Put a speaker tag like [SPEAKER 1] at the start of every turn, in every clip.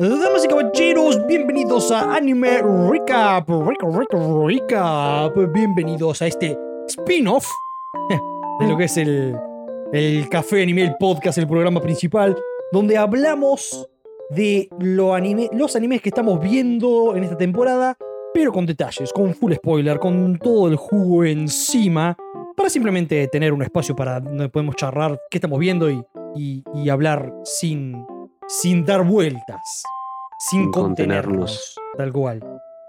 [SPEAKER 1] Damas y caballeros, bienvenidos a Anime Recap, Recap, Recap, Recap. Bienvenidos a este spin-off eh, de lo que es el, el Café Anime, el podcast, el programa principal, donde hablamos de lo anime, los animes que estamos viendo en esta temporada, pero con detalles, con full spoiler, con todo el jugo encima, para simplemente tener un espacio para donde podemos charlar qué estamos viendo y, y- y hablar sin, sin dar vueltas, sin,
[SPEAKER 2] Sin
[SPEAKER 1] contenernos,
[SPEAKER 2] contenernos.
[SPEAKER 1] tal cual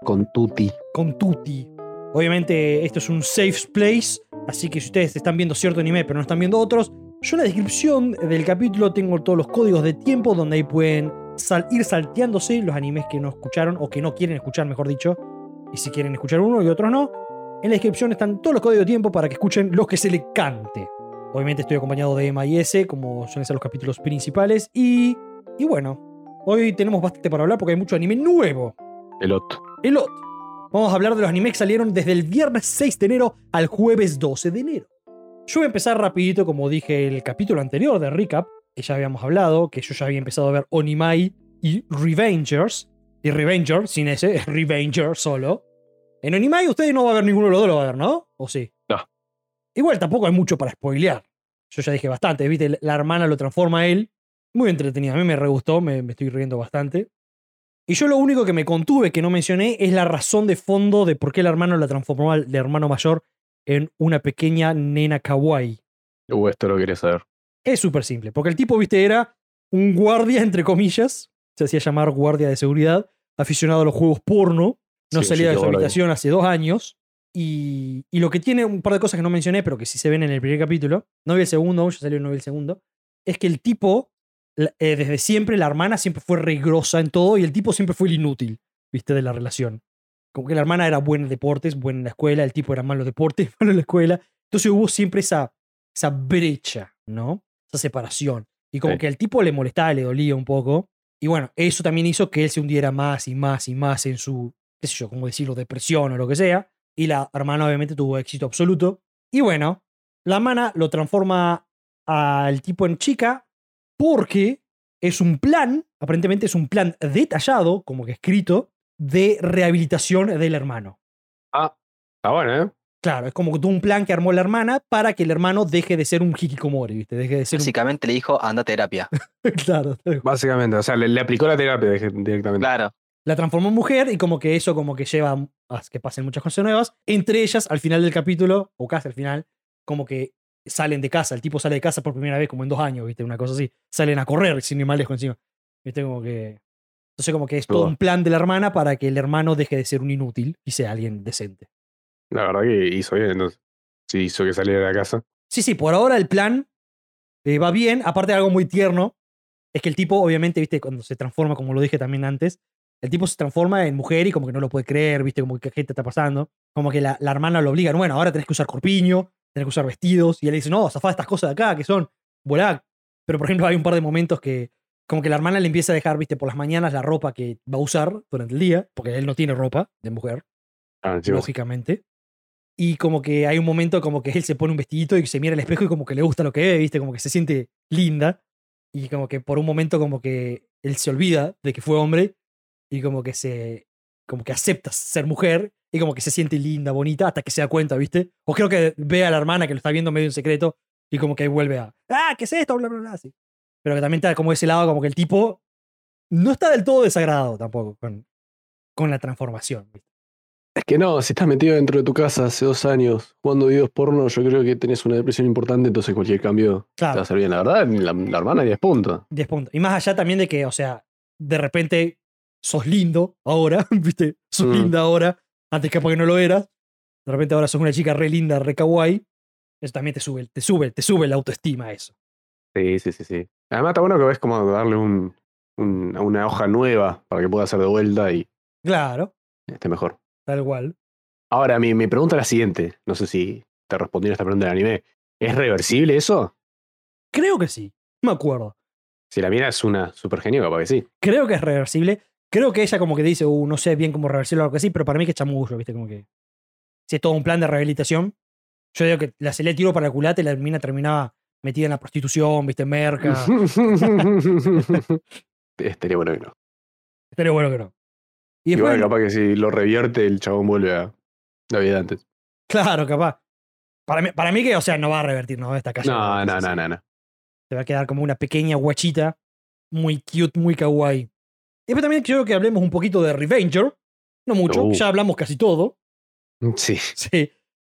[SPEAKER 2] con Tuti.
[SPEAKER 1] con Tutti. Obviamente, esto es un safe place, así que si ustedes están viendo cierto anime pero no están viendo otros, yo en la descripción del capítulo tengo todos los códigos de tiempo donde ahí pueden sal- ir salteándose los animes que no escucharon o que no quieren escuchar, mejor dicho. Y si quieren escuchar uno y otros no, en la descripción están todos los códigos de tiempo para que escuchen los que se le cante. Obviamente estoy acompañado de Emma y S, como suelen ser los capítulos principales. Y, y bueno, hoy tenemos bastante para hablar porque hay mucho anime nuevo.
[SPEAKER 2] Pelot.
[SPEAKER 1] El otro. Vamos a hablar de los animes que salieron desde el viernes 6 de enero al jueves 12 de enero. Yo voy a empezar rapidito, como dije el capítulo anterior de Recap, que ya habíamos hablado, que yo ya había empezado a ver Onimai y Revengers. Y Revenger, sin ese, es Revenger solo. En Onimai ustedes no va a ver ninguno de los dos, lo va a ver, ¿no? ¿O sí?
[SPEAKER 2] No.
[SPEAKER 1] Igual tampoco hay mucho para spoilear. Yo ya dije bastante, viste, la hermana lo transforma a él. Muy entretenido, a mí me re gustó, me- me estoy riendo bastante. Y yo lo único que me contuve, que no mencioné, es la razón de fondo de por qué el hermano la transformó al de hermano mayor en una pequeña nena kawaii.
[SPEAKER 2] Uh, esto lo quería saber.
[SPEAKER 1] Es súper simple, porque el tipo, viste, era un guardia, entre comillas, se hacía llamar guardia de seguridad, aficionado a los juegos porno, no
[SPEAKER 2] Sí,
[SPEAKER 1] salía
[SPEAKER 2] sí,
[SPEAKER 1] de
[SPEAKER 2] te
[SPEAKER 1] su
[SPEAKER 2] hablo de-
[SPEAKER 1] habitación hace dos años, y, y lo que tiene un par de cosas que no mencioné, pero que sí se ven en el primer capítulo, no vi el segundo, aún, ya salió no vi el segundo, es que el tipo, la- eh, desde siempre, la hermana siempre fue regrosa en todo, y el tipo siempre fue el inútil, viste, de la relación. Como que la hermana era buena en deportes, buena en la escuela, el tipo era malo en deportes, malo en la escuela, entonces hubo siempre esa, esa brecha, ¿no? Esa separación. Y como
[SPEAKER 2] Sí.
[SPEAKER 1] que al tipo le molestaba, le dolía un poco. Y bueno, eso también hizo que él se hundiera más y más y más en su, qué sé yo, como decirlo, depresión o lo que sea. Y la hermana obviamente tuvo éxito absoluto. Y bueno, la hermana lo transforma al tipo en chica porque es un plan, aparentemente es un plan detallado, como que escrito, de rehabilitación del hermano.
[SPEAKER 2] Ah, está bueno, ¿eh?
[SPEAKER 1] Claro, es como que tuvo un plan que armó la hermana para que el hermano deje de ser un hikikomori, ¿viste? Deje de ser un...
[SPEAKER 3] Básicamente le dijo, anda a terapia.
[SPEAKER 1] Claro, tal cual.
[SPEAKER 2] Básicamente, o sea, le, le aplicó la terapia de- directamente.
[SPEAKER 3] Claro.
[SPEAKER 1] La transformó en mujer y como que eso como que lleva a que pasen muchas cosas nuevas. Entre ellas, al final del capítulo, o casi al final, como que salen de casa. El tipo sale de casa por primera vez como en dos años, ¿viste? Una cosa así. Salen a correr sin ir más lejos encima. ¿Viste? Como que... Entonces como que es todo
[SPEAKER 2] Todo.
[SPEAKER 1] un plan de la hermana para que el hermano deje de ser un inútil y sea alguien decente.
[SPEAKER 2] La verdad que hizo bien, entonces. Sí, hizo que saliera de la casa.
[SPEAKER 1] Sí, sí, por ahora el plan eh, va bien. Aparte, algo muy tierno es que el tipo, obviamente, viste, cuando se transforma, como lo dije también antes, el tipo se transforma en mujer y como que no lo puede creer, viste, como que qué te está pasando. Como que la, la hermana lo obliga, bueno, ahora tenés que usar corpiño, tenés que usar vestidos. Y él dice, no, zafá de estas cosas de acá, que son, volá. Pero, por ejemplo, hay un par de momentos que, como que la hermana le empieza a dejar, viste, por las mañanas la ropa que va a usar durante el día, porque él no tiene ropa de mujer
[SPEAKER 2] Ah, encima sí.
[SPEAKER 1] lógicamente. Y como que hay un momento como que él se pone un vestidito y se mira al espejo y como que le gusta lo que ve, ¿viste? Como que se siente linda. Y como que por un momento como que él se olvida de que fue hombre y como que se como que acepta ser mujer y como que se siente linda, bonita hasta que se da cuenta, ¿viste? O creo que ve a la hermana que lo está viendo medio en secreto y como que ahí vuelve a, ah, ¿qué es esto? bla bla bla, así. Pero que también está como ese lado como que el tipo no está del todo desagradado tampoco con con la transformación, ¿viste?
[SPEAKER 2] Es que no, si estás metido dentro de tu casa hace dos años jugando videos porno, yo creo que tenés una depresión importante, entonces cualquier cambio te
[SPEAKER 1] Claro.
[SPEAKER 2] va a hacer bien. La verdad, la, la hermana 10 puntos.
[SPEAKER 1] 10 puntos. Y más allá también de que, o sea, de repente sos lindo ahora, ¿viste? Sos
[SPEAKER 2] Mm.
[SPEAKER 1] linda ahora, antes capaz que no lo eras. De repente ahora sos una chica re linda, re kawaii. Eso también te sube, te sube, te sube la autoestima eso.
[SPEAKER 2] Sí, sí, sí, sí. Además, está bueno que ves como darle un, un- una hoja nueva para que pueda hacer de vuelta y
[SPEAKER 1] Claro,
[SPEAKER 2] esté mejor.
[SPEAKER 1] tal cual.
[SPEAKER 2] Ahora, mi, mi pregunta es la siguiente. No sé si te respondí a esta pregunta del anime. ¿Es reversible eso?
[SPEAKER 1] Creo que sí, no me acuerdo.
[SPEAKER 2] Si la mina es una super genio, capaz que sí.
[SPEAKER 1] Creo que es reversible. Creo que ella como que dice, uh, no sé bien cómo reversible o algo así, pero para mí que es chamullo, ¿viste? Como que... Si es todo un plan de rehabilitación, yo digo que la se le tiro para la culata y la mina terminaba metida en la prostitución, ¿viste? Merca.
[SPEAKER 2] Estaría bueno que no.
[SPEAKER 1] Estaría bueno que no. Y después,
[SPEAKER 2] Igual capaz que si lo revierte, el chabón vuelve a la vida de antes.
[SPEAKER 1] claro, capaz. Para mí, para mí que, o sea, no va a revertir, ¿no? Esta calle.
[SPEAKER 2] No, no, no, no, no.
[SPEAKER 1] Se va a quedar como una pequeña guachita. Muy cute, muy kawaii. Y después también quiero que hablemos un poquito de Revenger. No mucho,
[SPEAKER 2] Uh.
[SPEAKER 1] ya hablamos casi todo.
[SPEAKER 2] Sí.
[SPEAKER 1] Sí.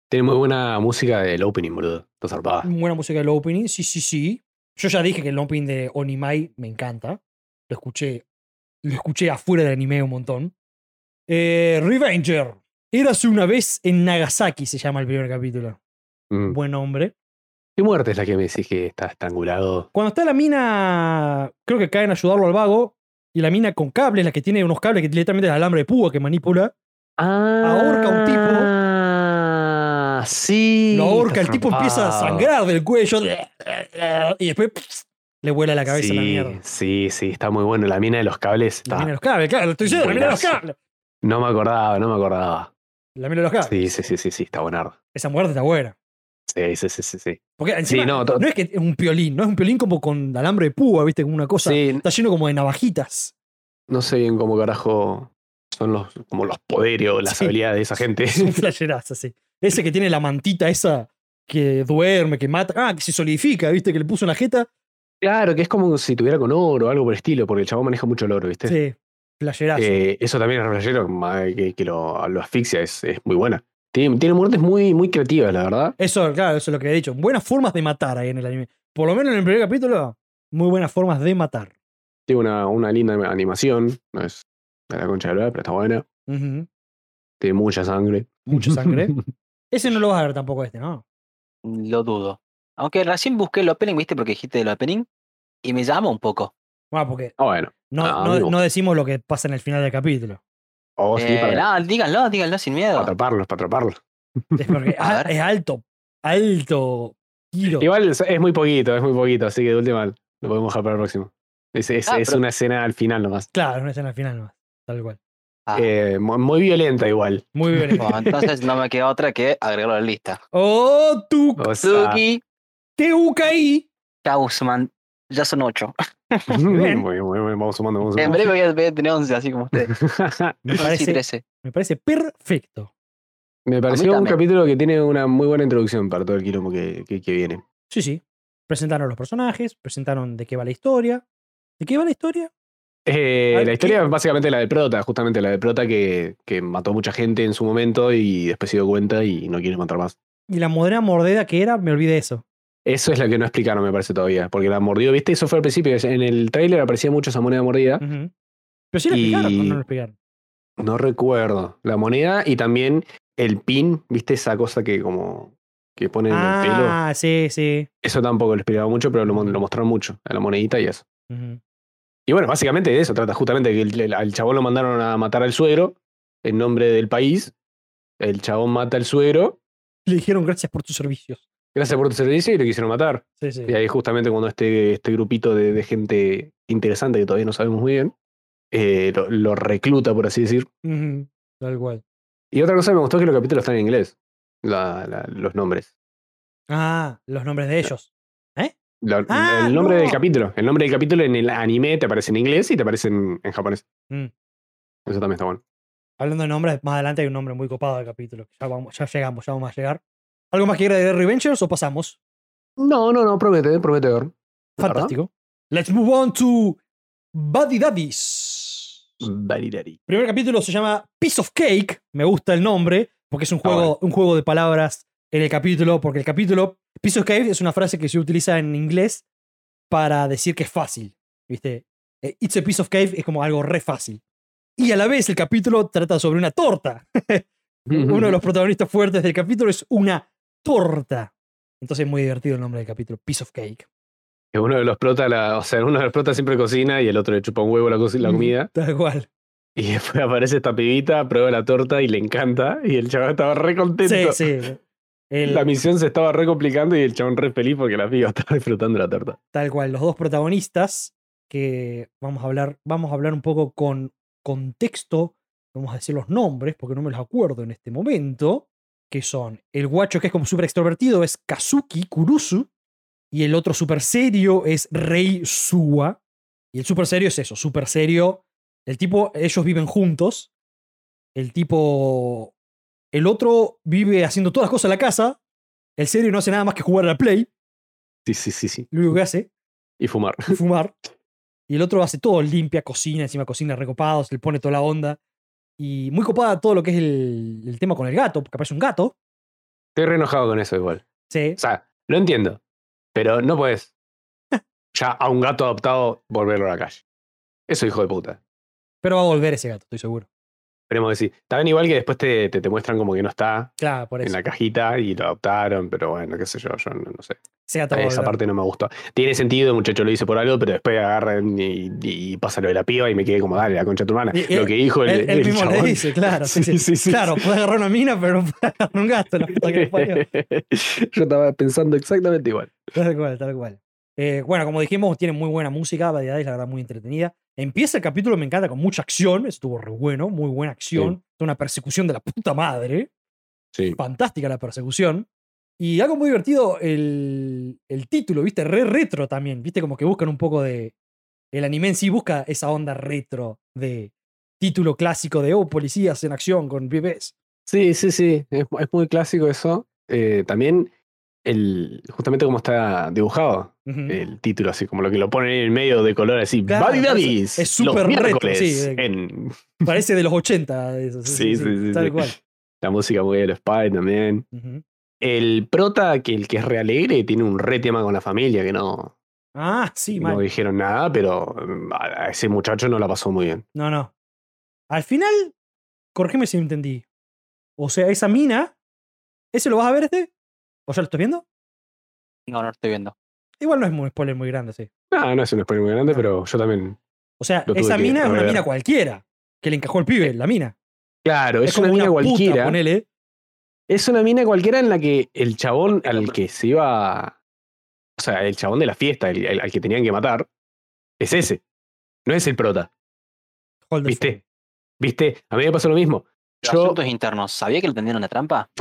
[SPEAKER 2] Tiene muy buena música del opening, boludo. Está zarpada.
[SPEAKER 1] Buena música del opening, sí, sí, sí. Yo ya dije que el opening de Onimai me encanta. Lo escuché, lo escuché afuera del anime un montón. Eh, Revenger. Érase una vez en Nagasaki, se llama el primer capítulo.
[SPEAKER 2] Mm.
[SPEAKER 1] Buen nombre.
[SPEAKER 2] ¿Qué muerte es la que me decís que está estrangulado?
[SPEAKER 1] Cuando está la mina, creo que caen a ayudarlo al vago. Y la mina con cables, la que tiene unos cables que directamente es alambre de púa que manipula.
[SPEAKER 2] Ah,
[SPEAKER 1] Ahorca un tipo.
[SPEAKER 2] Ah, sí.
[SPEAKER 1] Lo ahorca, el
[SPEAKER 2] está
[SPEAKER 1] tipo empieza a
[SPEAKER 2] zarpado.
[SPEAKER 1] sangrar del cuello. Y después pss, le vuela la cabeza a la
[SPEAKER 2] sí,
[SPEAKER 1] mierda.
[SPEAKER 2] sí, sí, está muy bueno. La mina de los cables
[SPEAKER 1] La
[SPEAKER 2] está.
[SPEAKER 1] mina de los cables, claro, lo estoy diciendo, la mina de los
[SPEAKER 2] Buenazo.
[SPEAKER 1] cables.
[SPEAKER 2] No me acordaba, no me acordaba.
[SPEAKER 1] La mira de los cables.
[SPEAKER 2] Sí, sí, sí, sí, sí, está buenardo.
[SPEAKER 1] Esa muerte está buena.
[SPEAKER 2] Sí, sí, sí, sí, sí.
[SPEAKER 1] Porque encima,
[SPEAKER 2] Sí,
[SPEAKER 1] no,
[SPEAKER 2] no, to-
[SPEAKER 1] es que es un piolín, no es un piolín como con alambre de púa, viste, como una cosa.
[SPEAKER 2] sí,
[SPEAKER 1] Está lleno como de navajitas.
[SPEAKER 2] no sé bien cómo carajo son los, como los poderes o las
[SPEAKER 1] Sí.
[SPEAKER 2] habilidades de esa gente.
[SPEAKER 1] Es un flasherazo, sí. Ese que tiene la mantita esa que duerme, que mata. Ah, que se solidifica, viste, que le puso en la jeta.
[SPEAKER 2] claro, que es como si tuviera con oro o algo por el estilo, porque el chabón maneja mucho el oro, ¿viste?
[SPEAKER 1] Sí, flasherazo.
[SPEAKER 2] Eh, eso también es relleno, que, que lo, lo asfixia, es, es muy buena. Tiene, tiene muertes muy, muy creativas, la verdad.
[SPEAKER 1] Eso, claro, eso es lo que he dicho. Buenas formas de matar ahí en el anime. Por lo menos en el primer capítulo, muy buenas formas de matar.
[SPEAKER 2] Tiene una, una linda animación, no es de la concha de la lora, pero está buena.
[SPEAKER 1] Ujú.
[SPEAKER 2] Tiene mucha sangre.
[SPEAKER 1] Mucha sangre. Ese no lo vas a ver tampoco este, ¿no?
[SPEAKER 3] Lo dudo. Aunque recién busqué el opening, ¿viste? Porque dijiste el opening. Y me llama un poco.
[SPEAKER 1] Bueno, porque
[SPEAKER 2] Ah, bueno.
[SPEAKER 1] no,
[SPEAKER 2] Ah,
[SPEAKER 1] no-
[SPEAKER 2] amigo.
[SPEAKER 1] no decimos lo que pasa en el final del capítulo.
[SPEAKER 2] Oh, sí,
[SPEAKER 3] Eh,
[SPEAKER 2] para,
[SPEAKER 3] no, díganlo, díganlo sin
[SPEAKER 2] para
[SPEAKER 3] miedo.
[SPEAKER 2] atraparlos, para atraparlos.
[SPEAKER 1] Es porque es
[SPEAKER 3] A
[SPEAKER 1] al-
[SPEAKER 3] ver.
[SPEAKER 1] es alto, alto tiro.
[SPEAKER 2] Igual es, es muy poquito, es muy poquito, así que de última lo podemos dejar para el próximo. Es, es-
[SPEAKER 3] Ah,
[SPEAKER 2] es
[SPEAKER 3] pero-
[SPEAKER 2] una escena al final nomás.
[SPEAKER 1] Claro, es una escena al final nomás, tal cual.
[SPEAKER 3] Ah,
[SPEAKER 2] Eh, mu- muy violenta igual.
[SPEAKER 1] Muy bien.
[SPEAKER 2] Ah,
[SPEAKER 3] bueno, Oh, entonces no me queda otra que agregarlo a la lista.
[SPEAKER 1] ¡Oh, tu
[SPEAKER 2] O sea,
[SPEAKER 3] Suki,
[SPEAKER 1] TUKI!
[SPEAKER 3] Kausman, ya son ocho.
[SPEAKER 2] muy, muy, muy, vamos sumando, vamos
[SPEAKER 3] En
[SPEAKER 2] sumando.
[SPEAKER 3] breve voy a, voy a tener once, así como ustedes.
[SPEAKER 1] Me
[SPEAKER 3] Once y
[SPEAKER 1] parece,
[SPEAKER 3] trece.
[SPEAKER 1] me parece perfecto.
[SPEAKER 2] Me pareció un
[SPEAKER 3] también.
[SPEAKER 2] capítulo que tiene una muy buena introducción para todo el quilombo que, que- que viene.
[SPEAKER 1] Sí, sí. Presentaron los personajes, presentaron de qué va la historia. ¿De qué va la historia?
[SPEAKER 2] Eh,
[SPEAKER 1] Ay,
[SPEAKER 2] la historia es básicamente la de Prota, justamente la de Prota que, que mató mucha gente en su momento y después se dio cuenta y no quiere matar más.
[SPEAKER 1] Y la modera mordeda que era, me olvidé eso.
[SPEAKER 2] Eso es la que no explicaron, me parece todavía, porque la mordió, ¿viste? Eso fue al principio, en el tráiler aparecía mucho esa moneda mordida.
[SPEAKER 1] Ujú. Pero sí lo explicaron,
[SPEAKER 2] Y-
[SPEAKER 1] o no lo explicaron.
[SPEAKER 2] No recuerdo. La moneda y también el pin, ¿viste? Esa cosa que como que ponen en el pelo.
[SPEAKER 1] Ah, sí, sí.
[SPEAKER 2] Eso tampoco lo explicaba mucho, pero lo, mon- lo mostraron mucho, a la monedita y eso.
[SPEAKER 1] Ujú.
[SPEAKER 2] Y bueno, básicamente de eso trata justamente que el- el- al chabón lo mandaron a matar al suegro en nombre del país. El chabón mata al suegro,
[SPEAKER 1] Le dijeron gracias por tus servicios.
[SPEAKER 2] gracias por tu servicio y lo quisieron matar.
[SPEAKER 1] Sí, sí.
[SPEAKER 2] Y ahí justamente cuando este, este grupito de, de gente interesante que todavía no sabemos muy bien, eh, lo, lo recluta, por así decir.
[SPEAKER 1] Ujú. Tal cual.
[SPEAKER 2] Y otra cosa que me gustó es que los capítulos están en inglés, la- la- los nombres.
[SPEAKER 1] Ah, los nombres de ellos.
[SPEAKER 2] La-
[SPEAKER 1] Ah,
[SPEAKER 2] el nombre
[SPEAKER 1] no.
[SPEAKER 2] del capítulo. El nombre del capítulo en el anime te aparece en inglés y te aparece en, en japonés.
[SPEAKER 1] Mm.
[SPEAKER 2] Eso también está bueno.
[SPEAKER 1] Hablando de nombres, más adelante hay un nombre muy copado del capítulo. que Ya, vamos, ya llegamos, ya vamos a llegar. ¿Algo más que agregar de Revengers o pasamos?
[SPEAKER 2] No, no, no, promete, prometedor.
[SPEAKER 1] Fantástico. Let's move on to Buddy Daddies.
[SPEAKER 2] Validari.
[SPEAKER 1] Primer capítulo se llama Piece of Cake. Me gusta el nombre porque es un
[SPEAKER 2] Ah,
[SPEAKER 1] juego, un juego de palabras en el capítulo. Porque el capítulo Piece of Cake es una frase que se utiliza en inglés para decir que es fácil. ¿Viste? Eh, It's a piece of cake es como algo re fácil. Y a la vez el capítulo trata sobre una torta.
[SPEAKER 2] Mm.
[SPEAKER 1] Uno de los protagonistas fuertes del capítulo es una torta. Entonces es muy divertido el nombre del capítulo, Piece of Cake.
[SPEAKER 2] Que Uno de los protas, la- o sea, uno de los protas siempre cocina y el otro le chupa un huevo la, co- la comida.
[SPEAKER 1] Tal cual.
[SPEAKER 2] Y después aparece esta pibita, prueba la torta y le encanta. Y el chabón estaba re
[SPEAKER 1] Sí,
[SPEAKER 2] contento.
[SPEAKER 1] sí. El-
[SPEAKER 2] La misión se estaba re complicando y el chabón re feliz porque la piba estaba disfrutando la torta.
[SPEAKER 1] tal cual, los dos protagonistas que vamos a hablar, vamos a hablar un poco con contexto, vamos a decir los nombres porque no me los acuerdo en este momento, que son el guacho que es como súper extrovertido es Kazuki Kurusu y el otro súper serio es Rei Suwa y el súper serio es eso, súper serio El tipo, ellos viven juntos. El tipo. El otro vive haciendo todas las cosas en la casa. El serio no hace nada más que jugar a la Play,
[SPEAKER 2] Sí, sí, sí, sí.
[SPEAKER 1] lo único que hace,
[SPEAKER 2] Y fumar.
[SPEAKER 1] y fumar. Y el otro hace todo, limpia, cocina, encima cocina recopados, le pone toda la onda. Y muy copada todo lo que es el, el tema con el gato, porque aparece un gato.
[SPEAKER 2] Estoy re enojado con eso igual.
[SPEAKER 1] Sí.
[SPEAKER 2] O sea, lo entiendo. Pero no puedes ya a un gato adoptado volverlo a la calle. Eso, hijo de puta.
[SPEAKER 1] Pero va a volver ese gato, estoy seguro.
[SPEAKER 2] Esperemos que sí. También igual que después te, te, te muestran como que no está
[SPEAKER 1] Claro, por
[SPEAKER 2] en
[SPEAKER 1] eso.
[SPEAKER 2] la cajita y lo adoptaron, pero bueno, qué sé yo, yo no, no sé.
[SPEAKER 1] Ese gato
[SPEAKER 2] A
[SPEAKER 1] va a
[SPEAKER 2] esa
[SPEAKER 1] volver.
[SPEAKER 2] parte no me gustó. Tiene sentido, el muchacho lo hizo por algo, pero después agarran y, y pasa lo de la piba y me quedé como, dale, la concha de tu hermana.
[SPEAKER 1] Y- y-
[SPEAKER 2] lo que dijo el,
[SPEAKER 1] Él, él
[SPEAKER 2] el
[SPEAKER 1] mismo le
[SPEAKER 2] chabón.
[SPEAKER 1] dice, claro. sí, sí.
[SPEAKER 2] sí, sí.
[SPEAKER 1] Claro, puede agarrar una mina, pero no puede agarrar un gato. La puta que lo parió.
[SPEAKER 2] Yo estaba pensando exactamente igual.
[SPEAKER 1] Tal cual, tal cual. Eh, bueno, como dijimos, tiene muy buena música, variedades, la verdad, muy entretenida. Empieza el capítulo, me encanta, con mucha acción. Eso estuvo re bueno, muy buena acción. Una persecución de la puta madre.
[SPEAKER 2] Sí.
[SPEAKER 1] Fantástica la persecución. Y algo muy divertido, el, el título, ¿viste? Re retro también, ¿viste? Como que buscan un poco de. El anime en sí busca esa onda retro de título clásico de oh, policías en acción con bebés.
[SPEAKER 2] Sí, sí, sí. Es, es muy clásico eso. Eh, también, el, justamente como está dibujado
[SPEAKER 1] Ujú.
[SPEAKER 2] el título, así como lo que lo ponen en el medio de color, así.
[SPEAKER 1] Mm. Claro,
[SPEAKER 2] Buddy
[SPEAKER 1] es-
[SPEAKER 2] Daddies,
[SPEAKER 1] es súper
[SPEAKER 2] los
[SPEAKER 1] retro,
[SPEAKER 2] miércoles
[SPEAKER 1] sí, de-
[SPEAKER 2] en-
[SPEAKER 1] Parece de los 80. eso,
[SPEAKER 2] Sí, sí, sí.
[SPEAKER 1] Tal
[SPEAKER 2] sí.
[SPEAKER 1] cual.
[SPEAKER 2] La música muy de los Spy también.
[SPEAKER 1] Ujú.
[SPEAKER 2] El prota, que el que es re alegre, tiene un re tema con la familia, que no,
[SPEAKER 1] Ah, sí, mal.
[SPEAKER 2] no dijeron nada, pero mm, a a ese muchacho no la pasó muy bien.
[SPEAKER 1] No, no. Al final, corrígeme si entendí. O sea, esa mina, ¿ese lo vas a ver este? ¿O ya lo estás viendo?
[SPEAKER 3] No, no lo estoy viendo.
[SPEAKER 1] Igual no es un spoiler muy grande, sí.
[SPEAKER 2] No, no es un spoiler muy grande, pero yo también.
[SPEAKER 1] O sea,
[SPEAKER 2] Lo tuve
[SPEAKER 1] esa
[SPEAKER 2] que
[SPEAKER 1] mina es una
[SPEAKER 2] rever.
[SPEAKER 1] mina cualquiera. Que le encajó el pibe, la mina.
[SPEAKER 2] Claro, es,
[SPEAKER 1] como
[SPEAKER 2] una mina
[SPEAKER 1] puta,
[SPEAKER 2] cualquiera.
[SPEAKER 1] ponele.
[SPEAKER 2] Es una mina cualquiera en la que el chabón al que se iba. O sea, el chabón de la fiesta, el- el- al que tenían que matar, es ese. No es el prota.
[SPEAKER 1] Hold the
[SPEAKER 2] ¿Viste? ¿Viste? A mí me pasó lo mismo.
[SPEAKER 3] Los
[SPEAKER 2] Yo-
[SPEAKER 3] asuntos internos. ¿Sabía que le tendieron una trampa?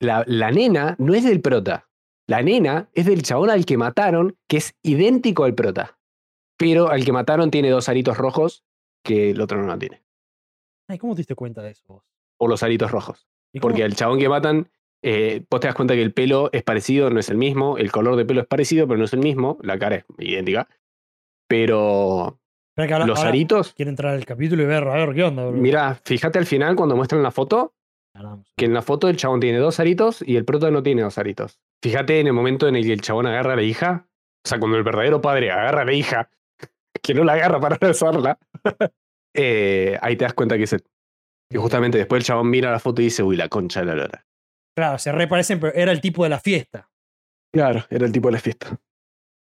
[SPEAKER 2] La, la nena no es del prota. La nena es del chabón al que mataron, que es idéntico al prota. Pero al que mataron tiene dos aritos rojos que el otro no lo tiene.
[SPEAKER 1] Ay, ¿cómo te diste cuenta de eso vos?
[SPEAKER 2] O los aritos rojos.
[SPEAKER 1] ¿Y cómo-
[SPEAKER 2] Porque al chabón que matan, eh, vos te das cuenta que el pelo es parecido, no es el mismo. El color de pelo es parecido, pero no es el mismo. La cara es idéntica. Pero
[SPEAKER 1] Espera que ahora-
[SPEAKER 2] los
[SPEAKER 1] ahora
[SPEAKER 2] aritos.
[SPEAKER 1] Quiero entrar al capítulo y ver, a ver qué onda, bro.
[SPEAKER 2] Mirá, fíjate al final cuando muestran la foto,
[SPEAKER 1] Caramba.
[SPEAKER 2] que en la foto el chabón tiene dos aritos y el prota no tiene dos aritos. Fíjate en el momento en el que el chabón agarra a la hija, o sea, cuando el verdadero padre agarra a la hija, que no la agarra para besarla, eh, ahí te das cuenta que es él. Y justamente después el chabón mira la foto y dice, uy, la concha de la lora.
[SPEAKER 1] Claro, se reparecen, pero era el tipo de la fiesta.
[SPEAKER 2] Claro, era el tipo de la fiesta.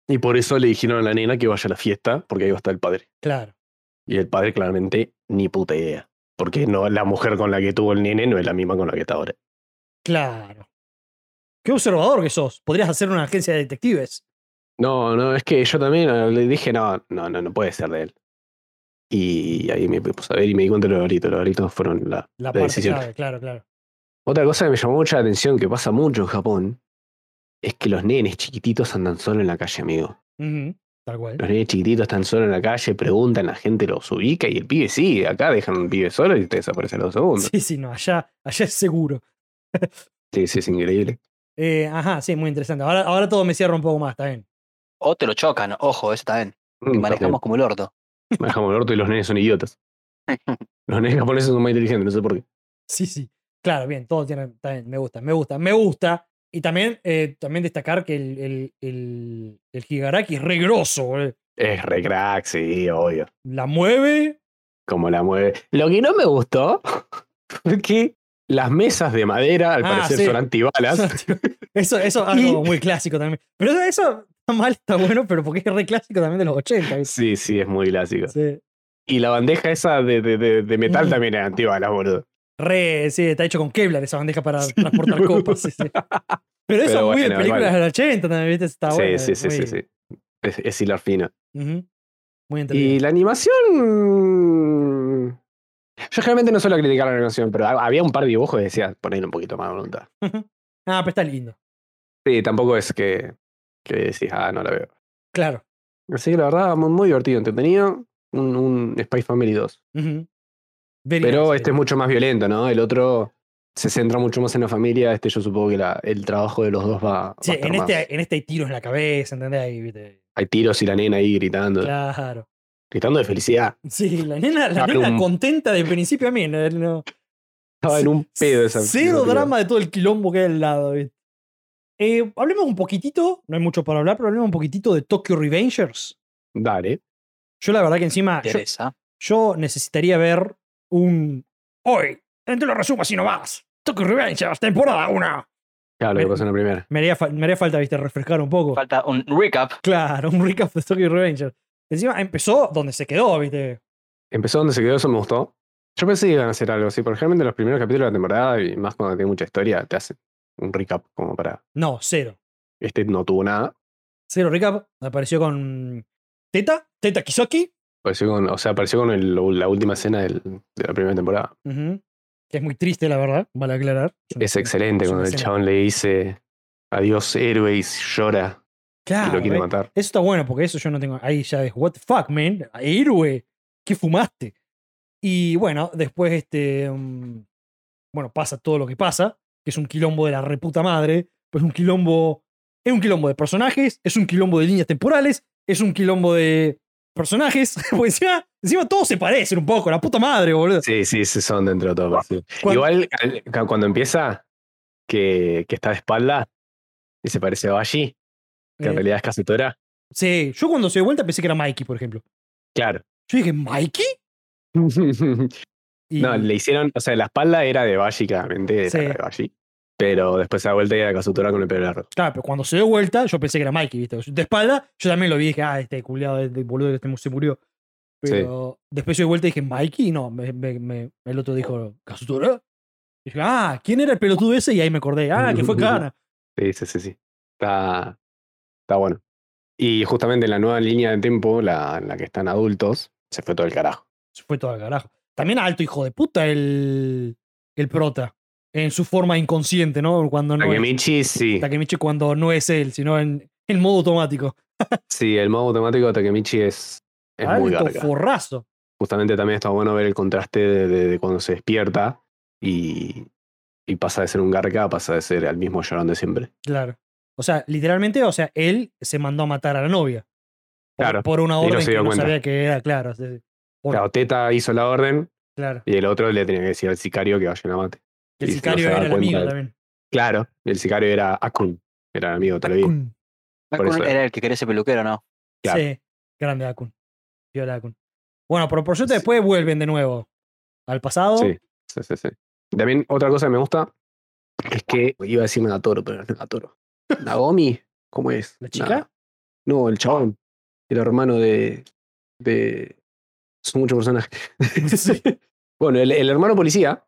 [SPEAKER 2] Y por eso le dijeron a la nena que vaya a la fiesta, porque ahí va a estar el padre.
[SPEAKER 1] Claro.
[SPEAKER 2] Y el padre claramente ni puta idea. Porque no, la mujer con la que tuvo el nene no es la misma con la que está ahora.
[SPEAKER 1] Claro. Qué observador que sos. Podrías hacer una agencia de detectives.
[SPEAKER 2] No, no, es que yo también eh, le dije, no, no, no, no puede ser de él. Y ahí me puse a ver y me di cuenta de los garitos. Los garitos fueron la,
[SPEAKER 1] La
[SPEAKER 2] la
[SPEAKER 1] parte
[SPEAKER 2] decisión.
[SPEAKER 1] clave, claro, claro.
[SPEAKER 2] Otra cosa que me llamó mucha atención, que pasa mucho en Japón, es que los nenes chiquititos andan solo en la calle, amigo.
[SPEAKER 1] Ujú, Tal cual.
[SPEAKER 2] Los nenes chiquititos están solo en la calle, preguntan, la gente los ubica y el pibe sí, acá dejan un pibe solo y te desaparece a los segundos.
[SPEAKER 1] Sí, sí, no, allá, allá es seguro.
[SPEAKER 2] Sí, sí, es increíble.
[SPEAKER 1] Eh, ajá, sí, muy interesante. Ahora, ahora todo me cierra un poco más, está bien.
[SPEAKER 3] O te lo chocan. Ojo, eso también. Que
[SPEAKER 2] Mm,
[SPEAKER 3] manejamos como el orto.
[SPEAKER 2] también, Manejamos el orto y los nenes son idiotas. Los nenes japoneses son más inteligentes, no sé por qué.
[SPEAKER 1] Sí, sí. Claro, bien, todo tiene. Está bien, me gusta, me gusta, me gusta. Y también, eh, también destacar que el, el, el, el Higaraki es re grosso, boludo.
[SPEAKER 2] Es re crack, sí, obvio.
[SPEAKER 1] La mueve.
[SPEAKER 2] como la mueve. Lo que no me gustó fue que las mesas de madera, al
[SPEAKER 1] Ah,
[SPEAKER 2] parecer,
[SPEAKER 1] sí.
[SPEAKER 2] son antibalas.
[SPEAKER 1] Eso, eso es algo muy clásico también. Pero eso está mal, está bueno, pero porque es re clásico también de los 80. ¿viste?
[SPEAKER 2] Sí, sí, es muy clásico.
[SPEAKER 1] Sí.
[SPEAKER 2] Y la bandeja esa de, de- de- de metal
[SPEAKER 1] Mm.
[SPEAKER 2] también era antibalas, boludo.
[SPEAKER 1] Re, sí, está hecho con Kevlar esa bandeja para transportar copas. sí, sí. Pero eso
[SPEAKER 2] Pero
[SPEAKER 1] es muy de
[SPEAKER 2] bueno,
[SPEAKER 1] películas
[SPEAKER 2] igual.
[SPEAKER 1] del 80 también, ¿viste? Está
[SPEAKER 2] sí,
[SPEAKER 1] bueno.
[SPEAKER 2] sí, sí, sí,
[SPEAKER 1] muy-
[SPEAKER 2] sí. Es, es hilar fino.
[SPEAKER 1] Ujú. Muy entendido.
[SPEAKER 2] Y la animación. mm, Yo generalmente no suelo criticar la animación, pero ha- había un par de dibujos que decía poner un poquito más de voluntad.
[SPEAKER 1] Ah, pero está lindo.
[SPEAKER 2] Sí, tampoco es que, que decís, ah, no la veo.
[SPEAKER 1] Claro.
[SPEAKER 2] Así que la verdad, muy, muy divertido, entretenido. un, un Spy Family 2.
[SPEAKER 1] Ujú. Very
[SPEAKER 2] Pero
[SPEAKER 1] nice,
[SPEAKER 2] este
[SPEAKER 1] very
[SPEAKER 2] es mucho más violento, ¿no? El otro se centra mucho más en la familia. Este yo supongo que la- el trabajo de los dos va, va a
[SPEAKER 1] Sí,
[SPEAKER 2] estar
[SPEAKER 1] en
[SPEAKER 2] más.
[SPEAKER 1] este, en este hay tiros en la cabeza, ¿entendés? Ahí, viste.
[SPEAKER 2] Hay tiros y la nena ahí gritando.
[SPEAKER 1] Claro.
[SPEAKER 2] Gritando de felicidad.
[SPEAKER 1] Sí, la nena, la
[SPEAKER 2] Dale
[SPEAKER 1] nena
[SPEAKER 2] un-
[SPEAKER 1] contenta de principio a mí. no- no-
[SPEAKER 2] Estaba en un pedo esa
[SPEAKER 1] Cero
[SPEAKER 2] película.
[SPEAKER 1] drama de todo el quilombo que hay al lado, ¿viste? Eh, hablemos un poquitito, no hay mucho para hablar, pero hablemos un poquitito de Tokyo Revengers.
[SPEAKER 2] Dale.
[SPEAKER 1] Yo la verdad que encima, yo,
[SPEAKER 3] Interesa.
[SPEAKER 1] yo necesitaría ver un... Hoy, te lo resumo así nomás. Tokyo Revengers, temporada 1.
[SPEAKER 2] Claro, lo que
[SPEAKER 1] Me-
[SPEAKER 2] pasó en la primera.
[SPEAKER 1] Me haría, fal- me haría falta, viste, refrescar un poco.
[SPEAKER 3] Falta un recap.
[SPEAKER 1] Claro, un recap de Tokyo Revengers. Encima empezó donde se quedó, viste.
[SPEAKER 2] Empezó donde se quedó, eso me gustó. Yo pensé que iban a hacer algo así, porque realmente los primeros capítulos de la temporada, y más cuando tiene mucha historia, te hacen un recap como para.
[SPEAKER 1] No, cero.
[SPEAKER 2] Este no tuvo nada.
[SPEAKER 1] Cero recap. Apareció con Teta, Teta Kisoki,
[SPEAKER 2] Apareció con, o sea, apareció con el- la última escena del- de la primera temporada.
[SPEAKER 1] Ujú. Que es muy triste, la verdad, vale aclarar. una
[SPEAKER 2] Es
[SPEAKER 1] escena-
[SPEAKER 2] excelente
[SPEAKER 1] es una
[SPEAKER 2] cuando el
[SPEAKER 1] escena-
[SPEAKER 2] chabón le dice adiós héroe y llora
[SPEAKER 1] Claro,
[SPEAKER 2] y lo quiere
[SPEAKER 1] ¿ves?
[SPEAKER 2] matar.
[SPEAKER 1] Eso está Ah, bueno, porque eso yo no tengo. Ahí ya es, what the fuck, man. Héroe, ¿qué fumaste? Y bueno, después este. mm, bueno, pasa todo lo que pasa, que es un quilombo de la reputa madre, pues un quilombo. Es un quilombo de personajes, es un quilombo de líneas temporales, es un quilombo de personajes. Porque encima, encima todos se parecen un poco, la puta madre, boludo.
[SPEAKER 2] Sí, sí, sí, son dentro de todo. parecido.
[SPEAKER 1] Cuando-
[SPEAKER 2] Igual al- ca- cuando empieza, que, que está de espalda y se parece a Bashi, que en
[SPEAKER 1] Eh,
[SPEAKER 2] realidad es Kazutora.
[SPEAKER 1] sí, yo cuando se dio vuelta pensé que era Mikey, por ejemplo.
[SPEAKER 2] Claro.
[SPEAKER 1] Yo dije, ¿Mikey?
[SPEAKER 2] no,
[SPEAKER 1] Y-
[SPEAKER 2] le hicieron, o sea, la espalda era de Bashi, claramente, era
[SPEAKER 1] Sí.
[SPEAKER 2] de Bashi. Pero después se da vuelta y era Kazutora con el pelo largo.
[SPEAKER 1] Claro, pero cuando se dio vuelta, yo pensé que era Mikey, ¿viste? De espalda, yo también lo vi y dije, ah, este culiado, este boludo que este mu- se murió. Pero después se dio vuelta y dije, Mikey, no, me- me- me- el otro dijo, ¿Casutura? Y dije, ah, ¿quién era el pelotudo ese? Y ahí me acordé, ah, que fue Kana.
[SPEAKER 2] Sí, sí, sí, sí. Está, está bueno. Y justamente en la nueva línea de tiempo, la, en la que están adultos, se fue todo el carajo.
[SPEAKER 1] Se fue todo al carajo. También alto hijo de puta el, el prota, en su forma inconsciente, ¿no? Cuando no es,
[SPEAKER 2] Takemichi, sí.
[SPEAKER 1] Takemichi cuando no es él, sino en, en modo automático.
[SPEAKER 2] Sí, el modo automático de Takemichi es, es muy
[SPEAKER 1] alto
[SPEAKER 2] garca.
[SPEAKER 1] forrazo.
[SPEAKER 2] Justamente también está bueno ver el contraste de, de- de cuando se despierta y, y pasa de ser un garca a pasa de ser el mismo llorón de siempre.
[SPEAKER 1] Claro. O sea, literalmente, o sea, él se mandó a matar a la novia. Por-
[SPEAKER 2] Claro,
[SPEAKER 1] Por una
[SPEAKER 2] y no
[SPEAKER 1] orden
[SPEAKER 2] se
[SPEAKER 1] que
[SPEAKER 2] dio
[SPEAKER 1] no
[SPEAKER 2] cuenta.
[SPEAKER 1] sabía que era, claro. sí, sí. Por-
[SPEAKER 2] Claro, Teta hizo la orden
[SPEAKER 1] claro.
[SPEAKER 2] y el otro le tenía que decir al sicario que vaya a la mate.
[SPEAKER 1] El
[SPEAKER 2] y no
[SPEAKER 1] sicario
[SPEAKER 2] se da
[SPEAKER 1] era el
[SPEAKER 2] cuenta
[SPEAKER 1] amigo
[SPEAKER 2] de-
[SPEAKER 1] también.
[SPEAKER 2] Claro, el sicario era Akun, era el amigo, te lo vi.
[SPEAKER 1] Akun.
[SPEAKER 2] Por eso
[SPEAKER 3] Bakun
[SPEAKER 2] era.
[SPEAKER 3] era el que quería ese peluquero, ¿no?
[SPEAKER 2] Claro.
[SPEAKER 1] Mm, Sí, grande Akun. Viola Akun. Bueno, pero por suerte
[SPEAKER 2] Sí.
[SPEAKER 1] después vuelven de nuevo al pasado.
[SPEAKER 2] Sí, sí, sí, sí. También otra cosa que me gusta es que iba a decir Nagatoro, pero no es Nagatoro. Nagomi, ¿cómo es?
[SPEAKER 1] ¿La chica?
[SPEAKER 2] Nah. No, el chabón. El hermano de. de. Son muchos personajes.
[SPEAKER 1] Sí.
[SPEAKER 2] Bueno, el, el hermano policía,